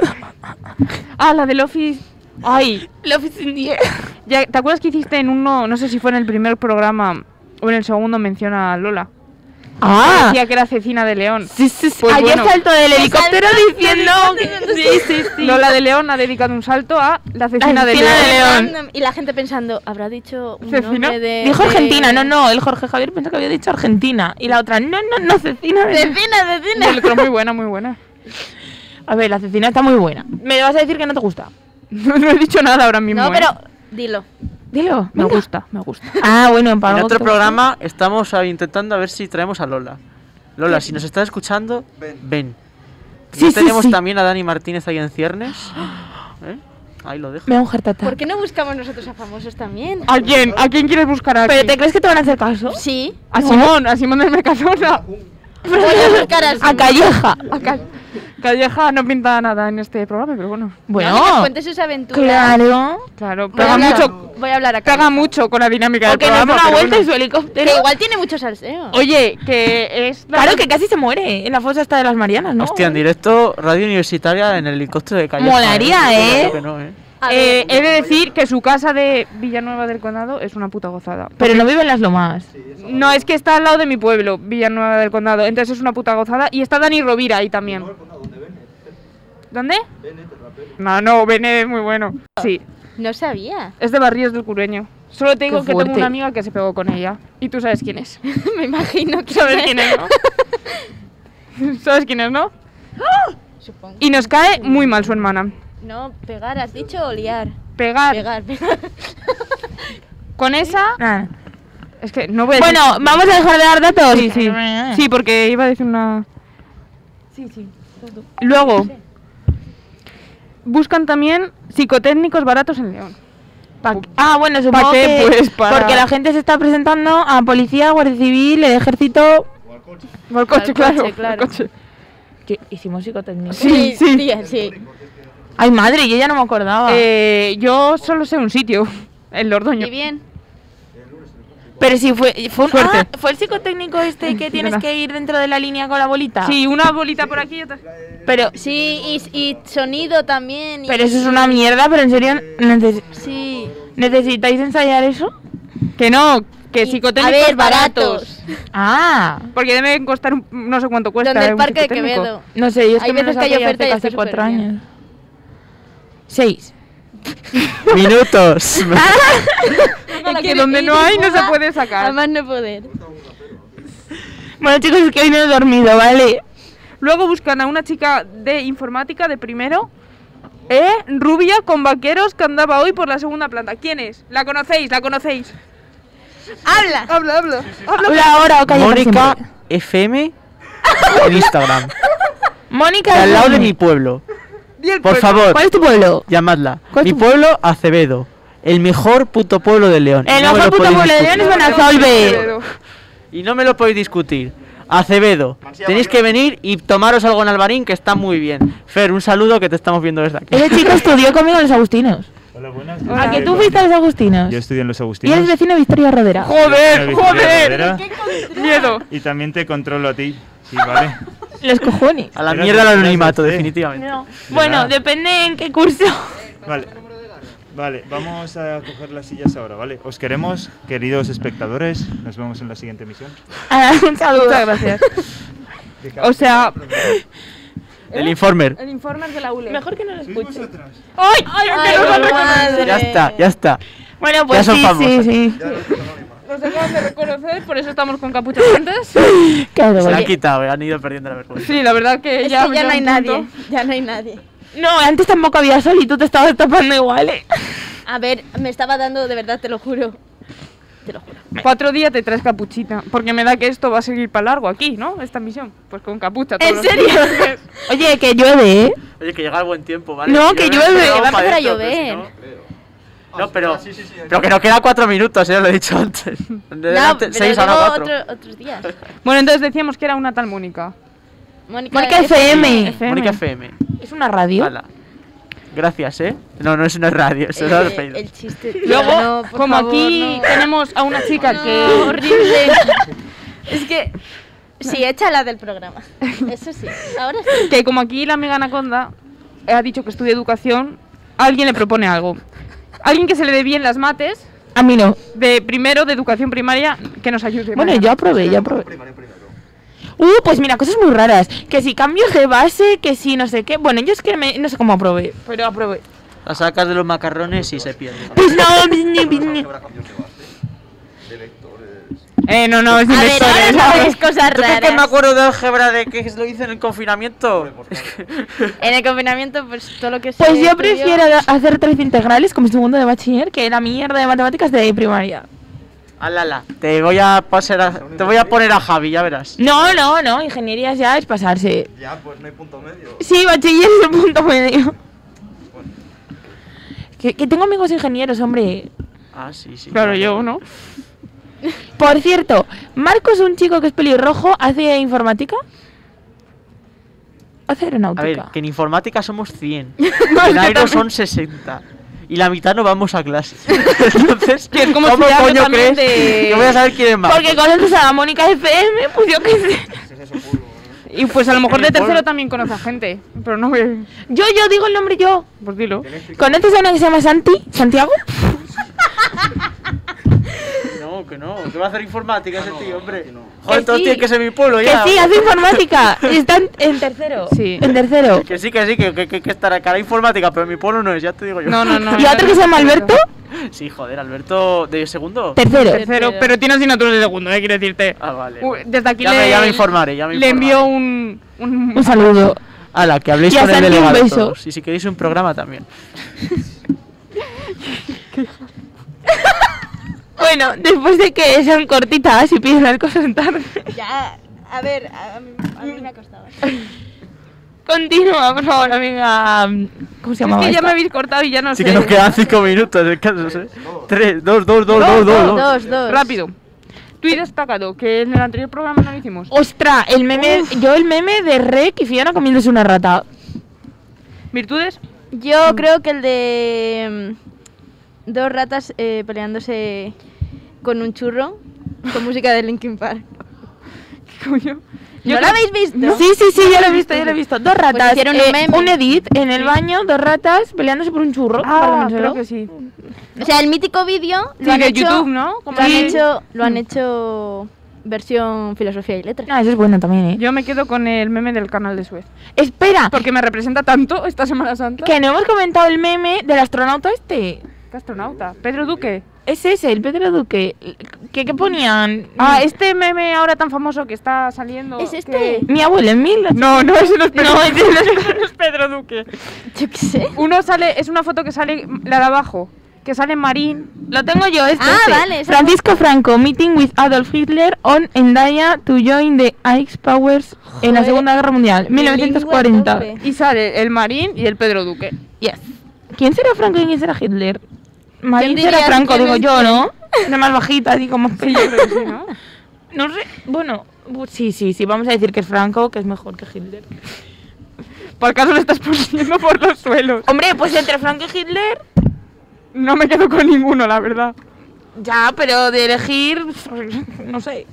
Ah, la del Office. Ay,
Love is in the air.
ya, ¿te acuerdas que hiciste en uno, no sé si fue en el primer programa o en el segundo menciona a Lola?
Ah.
Decía que era Cecina de León.
Sí, sí, sí.
Pues
Ayer
bueno.
saltó del helicóptero diciendo que... Sí, sí, sí.
Lola de León ha dedicado un salto a la Cecina de
Cecina
León.
de León.
Random. Y la gente pensando, ¿habrá dicho un
Cecina?
nombre de...?
Dijo
eh,
de-
Argentina, no, no, el Jorge Javier pensó que había dicho Argentina. Y la otra, no, no, no, Cecina.
Cecina,
no.
Y el
Cecina.
otro, muy buena, muy buena.
A ver, la Cecina está muy buena. Me vas a decir que no te gusta.
No, no he dicho nada ahora mismo.
No,
¿eh?
pero dilo.
Dilo,
Me
venga.
gusta, me gusta.
Ah, bueno, para
En
algo
otro
que te gusta.
programa estamos ah, intentando a ver si traemos a Lola. Lola, si nos estás escuchando,
Ven.
ven.
Sí,
¿No
sí,
tenemos
sí.
también a Dani Martínez ahí en ciernes? ¿Eh? Ahí lo dejo.
Me da un jartata.
¿Por qué no buscamos nosotros a famosos también?
¿A quién? ¿A quién quieres buscar aquí?
¿Pero te crees que te van a hacer caso?
Sí.
A Simón, a Simón del Mercadona.
Voy a buscar a
A
Simón.
Calleja.
Calleja no pinta nada en este programa, pero bueno.
Bueno,
No, que nos cuentes esa aventura.
claro.
Claro,
Voy a
pega
hablar-
mucho,
Voy a hablar acá.
pega mucho con la dinámica
O
del
que nos dé
programa.
una
pero
vuelta y
bueno.
su helicóptero.
Que igual tiene mucho salseo.
Oye, que es la-
Claro que casi se muere en la fosa esta de las Marianas, ¿no?
Hostia, en directo, radio universitaria en el helicóptero de Calleja.
Molaría,
Yo creo
¿eh?
que no, ¿eh?
A
eh,
ver,
he de decir que su casa de Villanueva del Condado es una puta gozada.
Pero no vive en las lomas.
No, es que está al lado de mi pueblo, Villanueva del Condado. Entonces es una puta gozada. Y está Dani Rovira ahí también. ¿Dónde? No, no, Bene es muy bueno. Sí,
no sabía.
es de Barrios del Cureño. Solo te digo
Qué
que tengo
fuerte.
una amiga que se pegó con ella. Y tú sabes quién es.
Me imagino que...
¿Sabes quién es, no? ¿Sabes quién es, no?
Supongo.
Y nos cae muy mal su hermana.
No, pegar, has dicho o liar.
Pegar
Pegar, pegar.
con esa
Nada.
Es que no voy Ah. a
Bueno,
decir-
vamos a dejar de dar datos.
Sí, sí. Sí, porque iba a decir una.
Sí, sí, todo.
Luego, buscan también psicotécnicos baratos en León.
Pa- ah, bueno, supongo
¿Pa qué?
que
Pues para-
porque la gente se está presentando a policía, guardia civil, ejército.
O al coche,
Al coche,
claro. al
claro.
coche.
Hicimos psicotécnico.
Sí, sí.
tía, sí.
Ay, madre, yo ya no me acordaba.
Eh, yo solo sé un sitio, el Lordoño.
Y bien.
Pero si fue fue, un-
Suerte.
ah, fue el psicotécnico este que tienes
Perdona.
que ir dentro de la línea con la
Ah.
bolita.
Sí, una bolita por aquí y otra.
pero
Sí, y, y sonido también. y-
pero eso es una mierda, pero en serio neces-
Sí.
necesitáis ensayar eso?
Que no, que
Y-
psicotécnicos
a ver,
baratos.
baratos.
Ah,
Porque deben costar un- no sé cuánto cuesta.
Donde
eh,
el
un
Parque de
psicotécnico.
Quevedo.
no sé, yo es
Hay
que me
veces
lo
que hay
saqué
oferta y
hace
está
casi cuatro
superbién.
años. Seis.
Minutos.
Ah,
que donde no hay no se puede sacar.
Además no poder.
Bueno chicos, es que hoy no he dormido, ¿vale?
Luego buscan a una chica de informática de primero. ¿Eh? Rubia con vaqueros que andaba hoy por la segunda planta. ¿Quién es? ¿La conocéis? ¿La conocéis?
¡Habla!
Habla, habla. habla.
Hola, ahora o calla para
Mónica
siempre.
FM en Instagram.
Mónica.
de al lado de
Hernández.
mi pueblo.
Di el
Por
pueblo.
favor,
¿Cuál es tu pueblo?
llamadla.
¿Cuál es
Mi
tu-
pueblo, Acevedo. El mejor puto pueblo de León. Y
El
no me
mejor
lo
puto
podéis
pueblo de
discutir.
León es
Acevedo.
Manazolve.
Y no me lo podéis discutir. Acevedo,
Mansilla
tenéis
Mayor.
que venir y tomaros algo en Albarín que está muy bien. Fer, un saludo que te estamos viendo desde aquí.
Ese chico estudió conmigo en los Agustinos.
Hola, buenas.
Hola.
¿A que tú fuiste a los Agustinos?
Yo estudio en los
Y
Agustinos.
eres vecino de Victoria Rodera.
Joder,
Victoria
joder.
Rivera.
Miedo.
Y también te controlo a ti. Sí, vale.
Los cojones.
A la
Era
mierda el
de-
anonimato,
sí.
definitivamente.
Bueno,
nada.
depende en qué curso.
Vale. Vale, vamos a coger las sillas ahora, ¿vale? Os queremos, queridos espectadores. Nos vemos en la siguiente emisión.
Ah, Un saludo.
Muchas gracias. O sea,
El informer.
El informe es de la ULE.
Mejor que no lo escuches.
¡ay! que no lo reconozco.
Ya está, ya está.
Eh, Bueno, pues
son
sí, sí,
famosos.
sí.
Nos acaban de reconocer, por eso estamos con capuchas antes.
Qué
Se la han
vergüenza.
quitado, eh, han ido perdiendo la vergüenza.
Sí, la verdad que
Es
ya.
que ya no hay
un punto.
nadie. Ya no hay nadie.
No, antes tampoco había sol y tú te estabas tapando igual, eh.
A ver, me estaba dando, de verdad, te lo juro. Te lo juro.
Cuatro días te traes capuchita. Porque me da que esto va a seguir para largo aquí, ¿no? Esta misión. Pues con capucha. todos
¿En
los
serio?
días.
Oye, que llueve, eh.
Oye, que llega el buen tiempo, ¿vale?
No,
Y
que
ya
llueve,
verás,
que
va a
vamos
empezar a
pa' dentro,
llover.
pero si
Ah,
no- No, pero, pero que nos queda cuatro minutos, ya lo he dicho antes. De antes, seis
pero
ahora
digo
cuatro.
otro- otros días.
Bueno, entonces decíamos que era una tal Mónica.
Mónica, eh,
Mónica
F-
FM.
FM.
Mónica FM.
¿Es una radio?
Hala. Gracias, ¿eh? No, no es una radio, es una
eh,
despedida.
el chiste. tío,
Luego,
no, por
como
favor,
aquí
no.
tenemos a una chica
No,
que.
horrible. es que sí, echa la del programa. Eso sí. Ahora sí.
Que como aquí la Mega Anaconda ha dicho que estudia educación, alguien le propone algo. Alguien que se le dé bien las mates,
A mí no.
de primero, de educación primaria, que nos ayude.
Bueno,
Mariana.
yo aprobé, yo aprobé.
Primario, primero.
Uh, pues mira, cosas muy raras. Que si cambios de base, que si no sé qué. Bueno, yo es que me- no sé cómo aprobé, pero aprobé.
La sacas de los macarrones y se pierde.
Pues no, ni- ni- ni-
Habrá cambios de base, de lectores.
Eh, no, no, es
A ver,
inversores,
ahora
¿sabes?
sabéis cosas
¿Tú crees
raras.
que me acuerdo de álgebra de que lo hice en el confinamiento?
En el confinamiento, pues todo lo que se
Pues yo
estudió-
prefiero hacer tres integrales con mi segundo de bachiller que la mierda de matemáticas de primaria.
Alala, te voy a pasar a- te voy a poner a Javi, ya verás.
Mm.
No, no, no, ingenierías ya es pasarse.
Ya, pues no hay punto medio.
Sí, bachiller es el punto medio. Que, que tengo amigos ingenieros, hombre.
Ah, sí, sí.
Claro, yo, ¿no?
Por cierto, Marcos, un chico que es pelirrojo, hace informática.
A
Hace
ver,
aeronáutica.
que en informática somos 100. En aero son 60. Y la mitad no vamos a clase. Entonces,
Que es como
¿cómo
estudiarlo
coño
también
crees?
de-
que voy a saber quién es más.
Porque conoces a la Mónica FM, pues yo qué sé.
Y pues a lo mejor
En
de
el
tercero
pueblo.
también conoce a gente, pero no voy a-
Yo, yo digo el nombre yo.
Pues dilo.
¿Conoces a una que se llama Santi? ¿Santiago?
No, que no. ¿Qué va a hacer informática ese tío, hombre?
Que
Joder, entonces
sí.
tiene Ah, que ser mi pueblo
Que
ya.
sí, hace informática. Está en, en tercero.
Sí.
En tercero.
Que sí, que sí, que, que, que, que estará cara a informática, pero mi pueblo no es, ya te digo yo.
No, no, no.
¿Y otro que se llama Alberto?
Sí, joder, Alberto, ¿de segundo?
Tercero.
Tercero, pero tiene asignaturas de segundo, eh, quiero decirte.
Ah, vale.
Uh,
vale.
Desde aquí
ya,
le,
me, ya me informaré, ya me
le
informaré.
envío un, un-
Un saludo.
Ala, que habléis
Y a
con el
Santi un
delegado
beso.
todos. Y si queréis un programa también.
Bueno, después de que sean cortitas y pides las cosas tarde.
Ya, a ver, a, a mí, a mí me ha costado.
Continúa, por favor, amiga. ¿Cómo se llama?
Es que ya me habéis cortado y ya no
Así
sé.
que nos quedan 5 minutos de descanso, ¿eh? 3, 2, 2, 2, 2, 2,
Dos, dos.
Rápido. Tweet destacado, que en el anterior programa no lo
Oh.
hicimos.
Ostra, el meme, yo el meme de Rek y Fiona comiéndose una rata.
Virtudes,
Yo creo que el de mm, dos ratas eh, peleándose con un churro con música de Linkin Park.
coño.
¿No lo habéis visto?
Sí, sí, sí, yo lo he visto, yo lo he visto.
Pues
Dos ratas. eh,
hicieron un meme.
un edit en el baño, dos ratas peleándose por un churro.
Ah,
Palomenselo.
creo que sí.
O sea, el mítico vídeo
Sí,
lo han
de
hecho,
YouTube, ¿no? Como
lo han
sí.
hecho, lo han hecho versión filosofía y letras.
Ah, eso es bueno también, ¿eh?
Yo me quedo con el meme del canal de Suez.
Espera,
Porque me representa tanto esta Semana Santa.
que no hemos comentado el meme del astronauta este.
¿Qué astronauta? Pedro Duque.
Es ese, el Pedro Duque. ¿Qué, qué ponían?
Ah, este meme ahora tan famoso que está saliendo.
¿Es
que-
este?
Mi abuelo en mil.
No, no, ese no es Pedro
No,
Duque.
ese
no es Pedro Duque.
Yo qué sé.
Uno sale, es una foto que sale, la de abajo, que sale Marín.
Lo tengo yo, este.
Ah,
este.
vale, esa
Francisco Franco, meeting with Adolf Hitler on Endaya to join the Ice Powers en la
Joder,
Segunda Guerra Mundial,
mi lengua
1940.
tope.
Y sale el Marín y el Pedro Duque.
Yes. ¿Quién será Franco y quién será Hitler? Marín
dirías
será Franco,
quién
digo
es
yo, ¿no? Una más bajita, así como pello.
Yo creo que sí, ¿no?
No sé, bueno, bu- sí, sí, sí, vamos a decir que es Franco, que es mejor que Hitler.
Por acaso lo estás poniendo por los suelos.
Hombre, pues entre Franco y Hitler,
No me quedo con ninguno, la verdad.
ya, pero de elegir, no sé.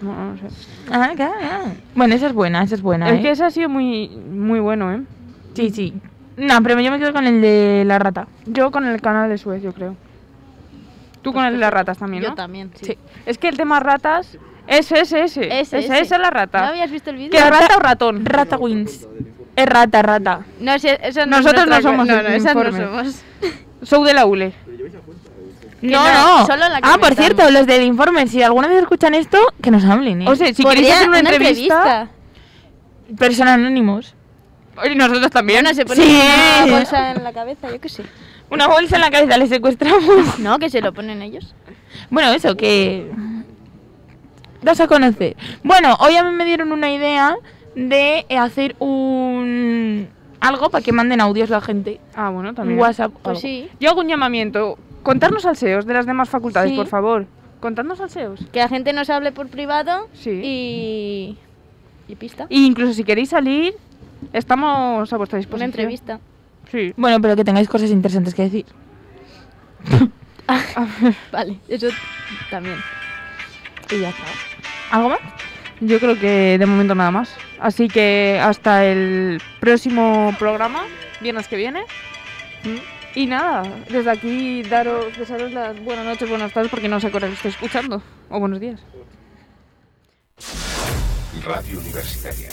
No, no sé.
Ah, claro, ah. Bueno, esa es buena, esa es buena.
Es
¿eh?
que ese ha sido muy, muy bueno, ¿eh?
Sí, sí. No, pero yo me quedo con el de la rata.
Yo con el canal de Suez, yo creo. Tú con el de las ratas también, ¿no?
Yo también, sí.
Sí. Es que el tema ratas es ese, ese.
Ese,
Ese,
ese.
ese es la
¿No
rata.
habías visto el vídeo?
¿Qué rata o ratón?
Rata Wins. Es rata, rata.
No, si eso no
Nosotros
es
no
nuestra-
somos
No,
el
no, esas no
informe.
somos.
Show de la E. ULE.
No,
no,
no.
solo la que
ah, por
comentamos.
cierto, los del informe, si alguna vez escuchan esto, que nos hablen, ¿eh?
O sea, si queréis hacer una, entrevista,
Personas anónimos.
Oye, nosotros también.
No se pone
Sí.
una bolsa en la cabeza, yo qué sé.
Una bolsa en la cabeza, les secuestramos.
No, que se lo ponen ellos.
bueno, eso, que... Dos a conocer. Bueno, hoy a mí me dieron una idea de eh, hacer un... Algo para que manden audios la gente.
Ah, bueno,
Un
también.
WhatsApp. o
Pues
algo.
sí.
Yo hago un llamamiento. Contarnos alseos de las demás facultades,
Sí.
por favor. Contarnos alseos.
Que la gente nos hable por privado
Sí.
y. y pista.
Y incluso si queréis salir, estamos a vuestra disposición.
Una entrevista.
Sí.
Bueno, pero que tengáis cosas interesantes que decir.
Vale, eso también.
Y ya está. ¿Algo más?
Yo creo que de momento nada más. Así que hasta el próximo programa, viernes que viene. Mm. Y nada, desde aquí daros, desearos las buenas noches, buenas tardes, porque no sé cuándo estoy escuchando. O buenos días.
Radio Universitaria.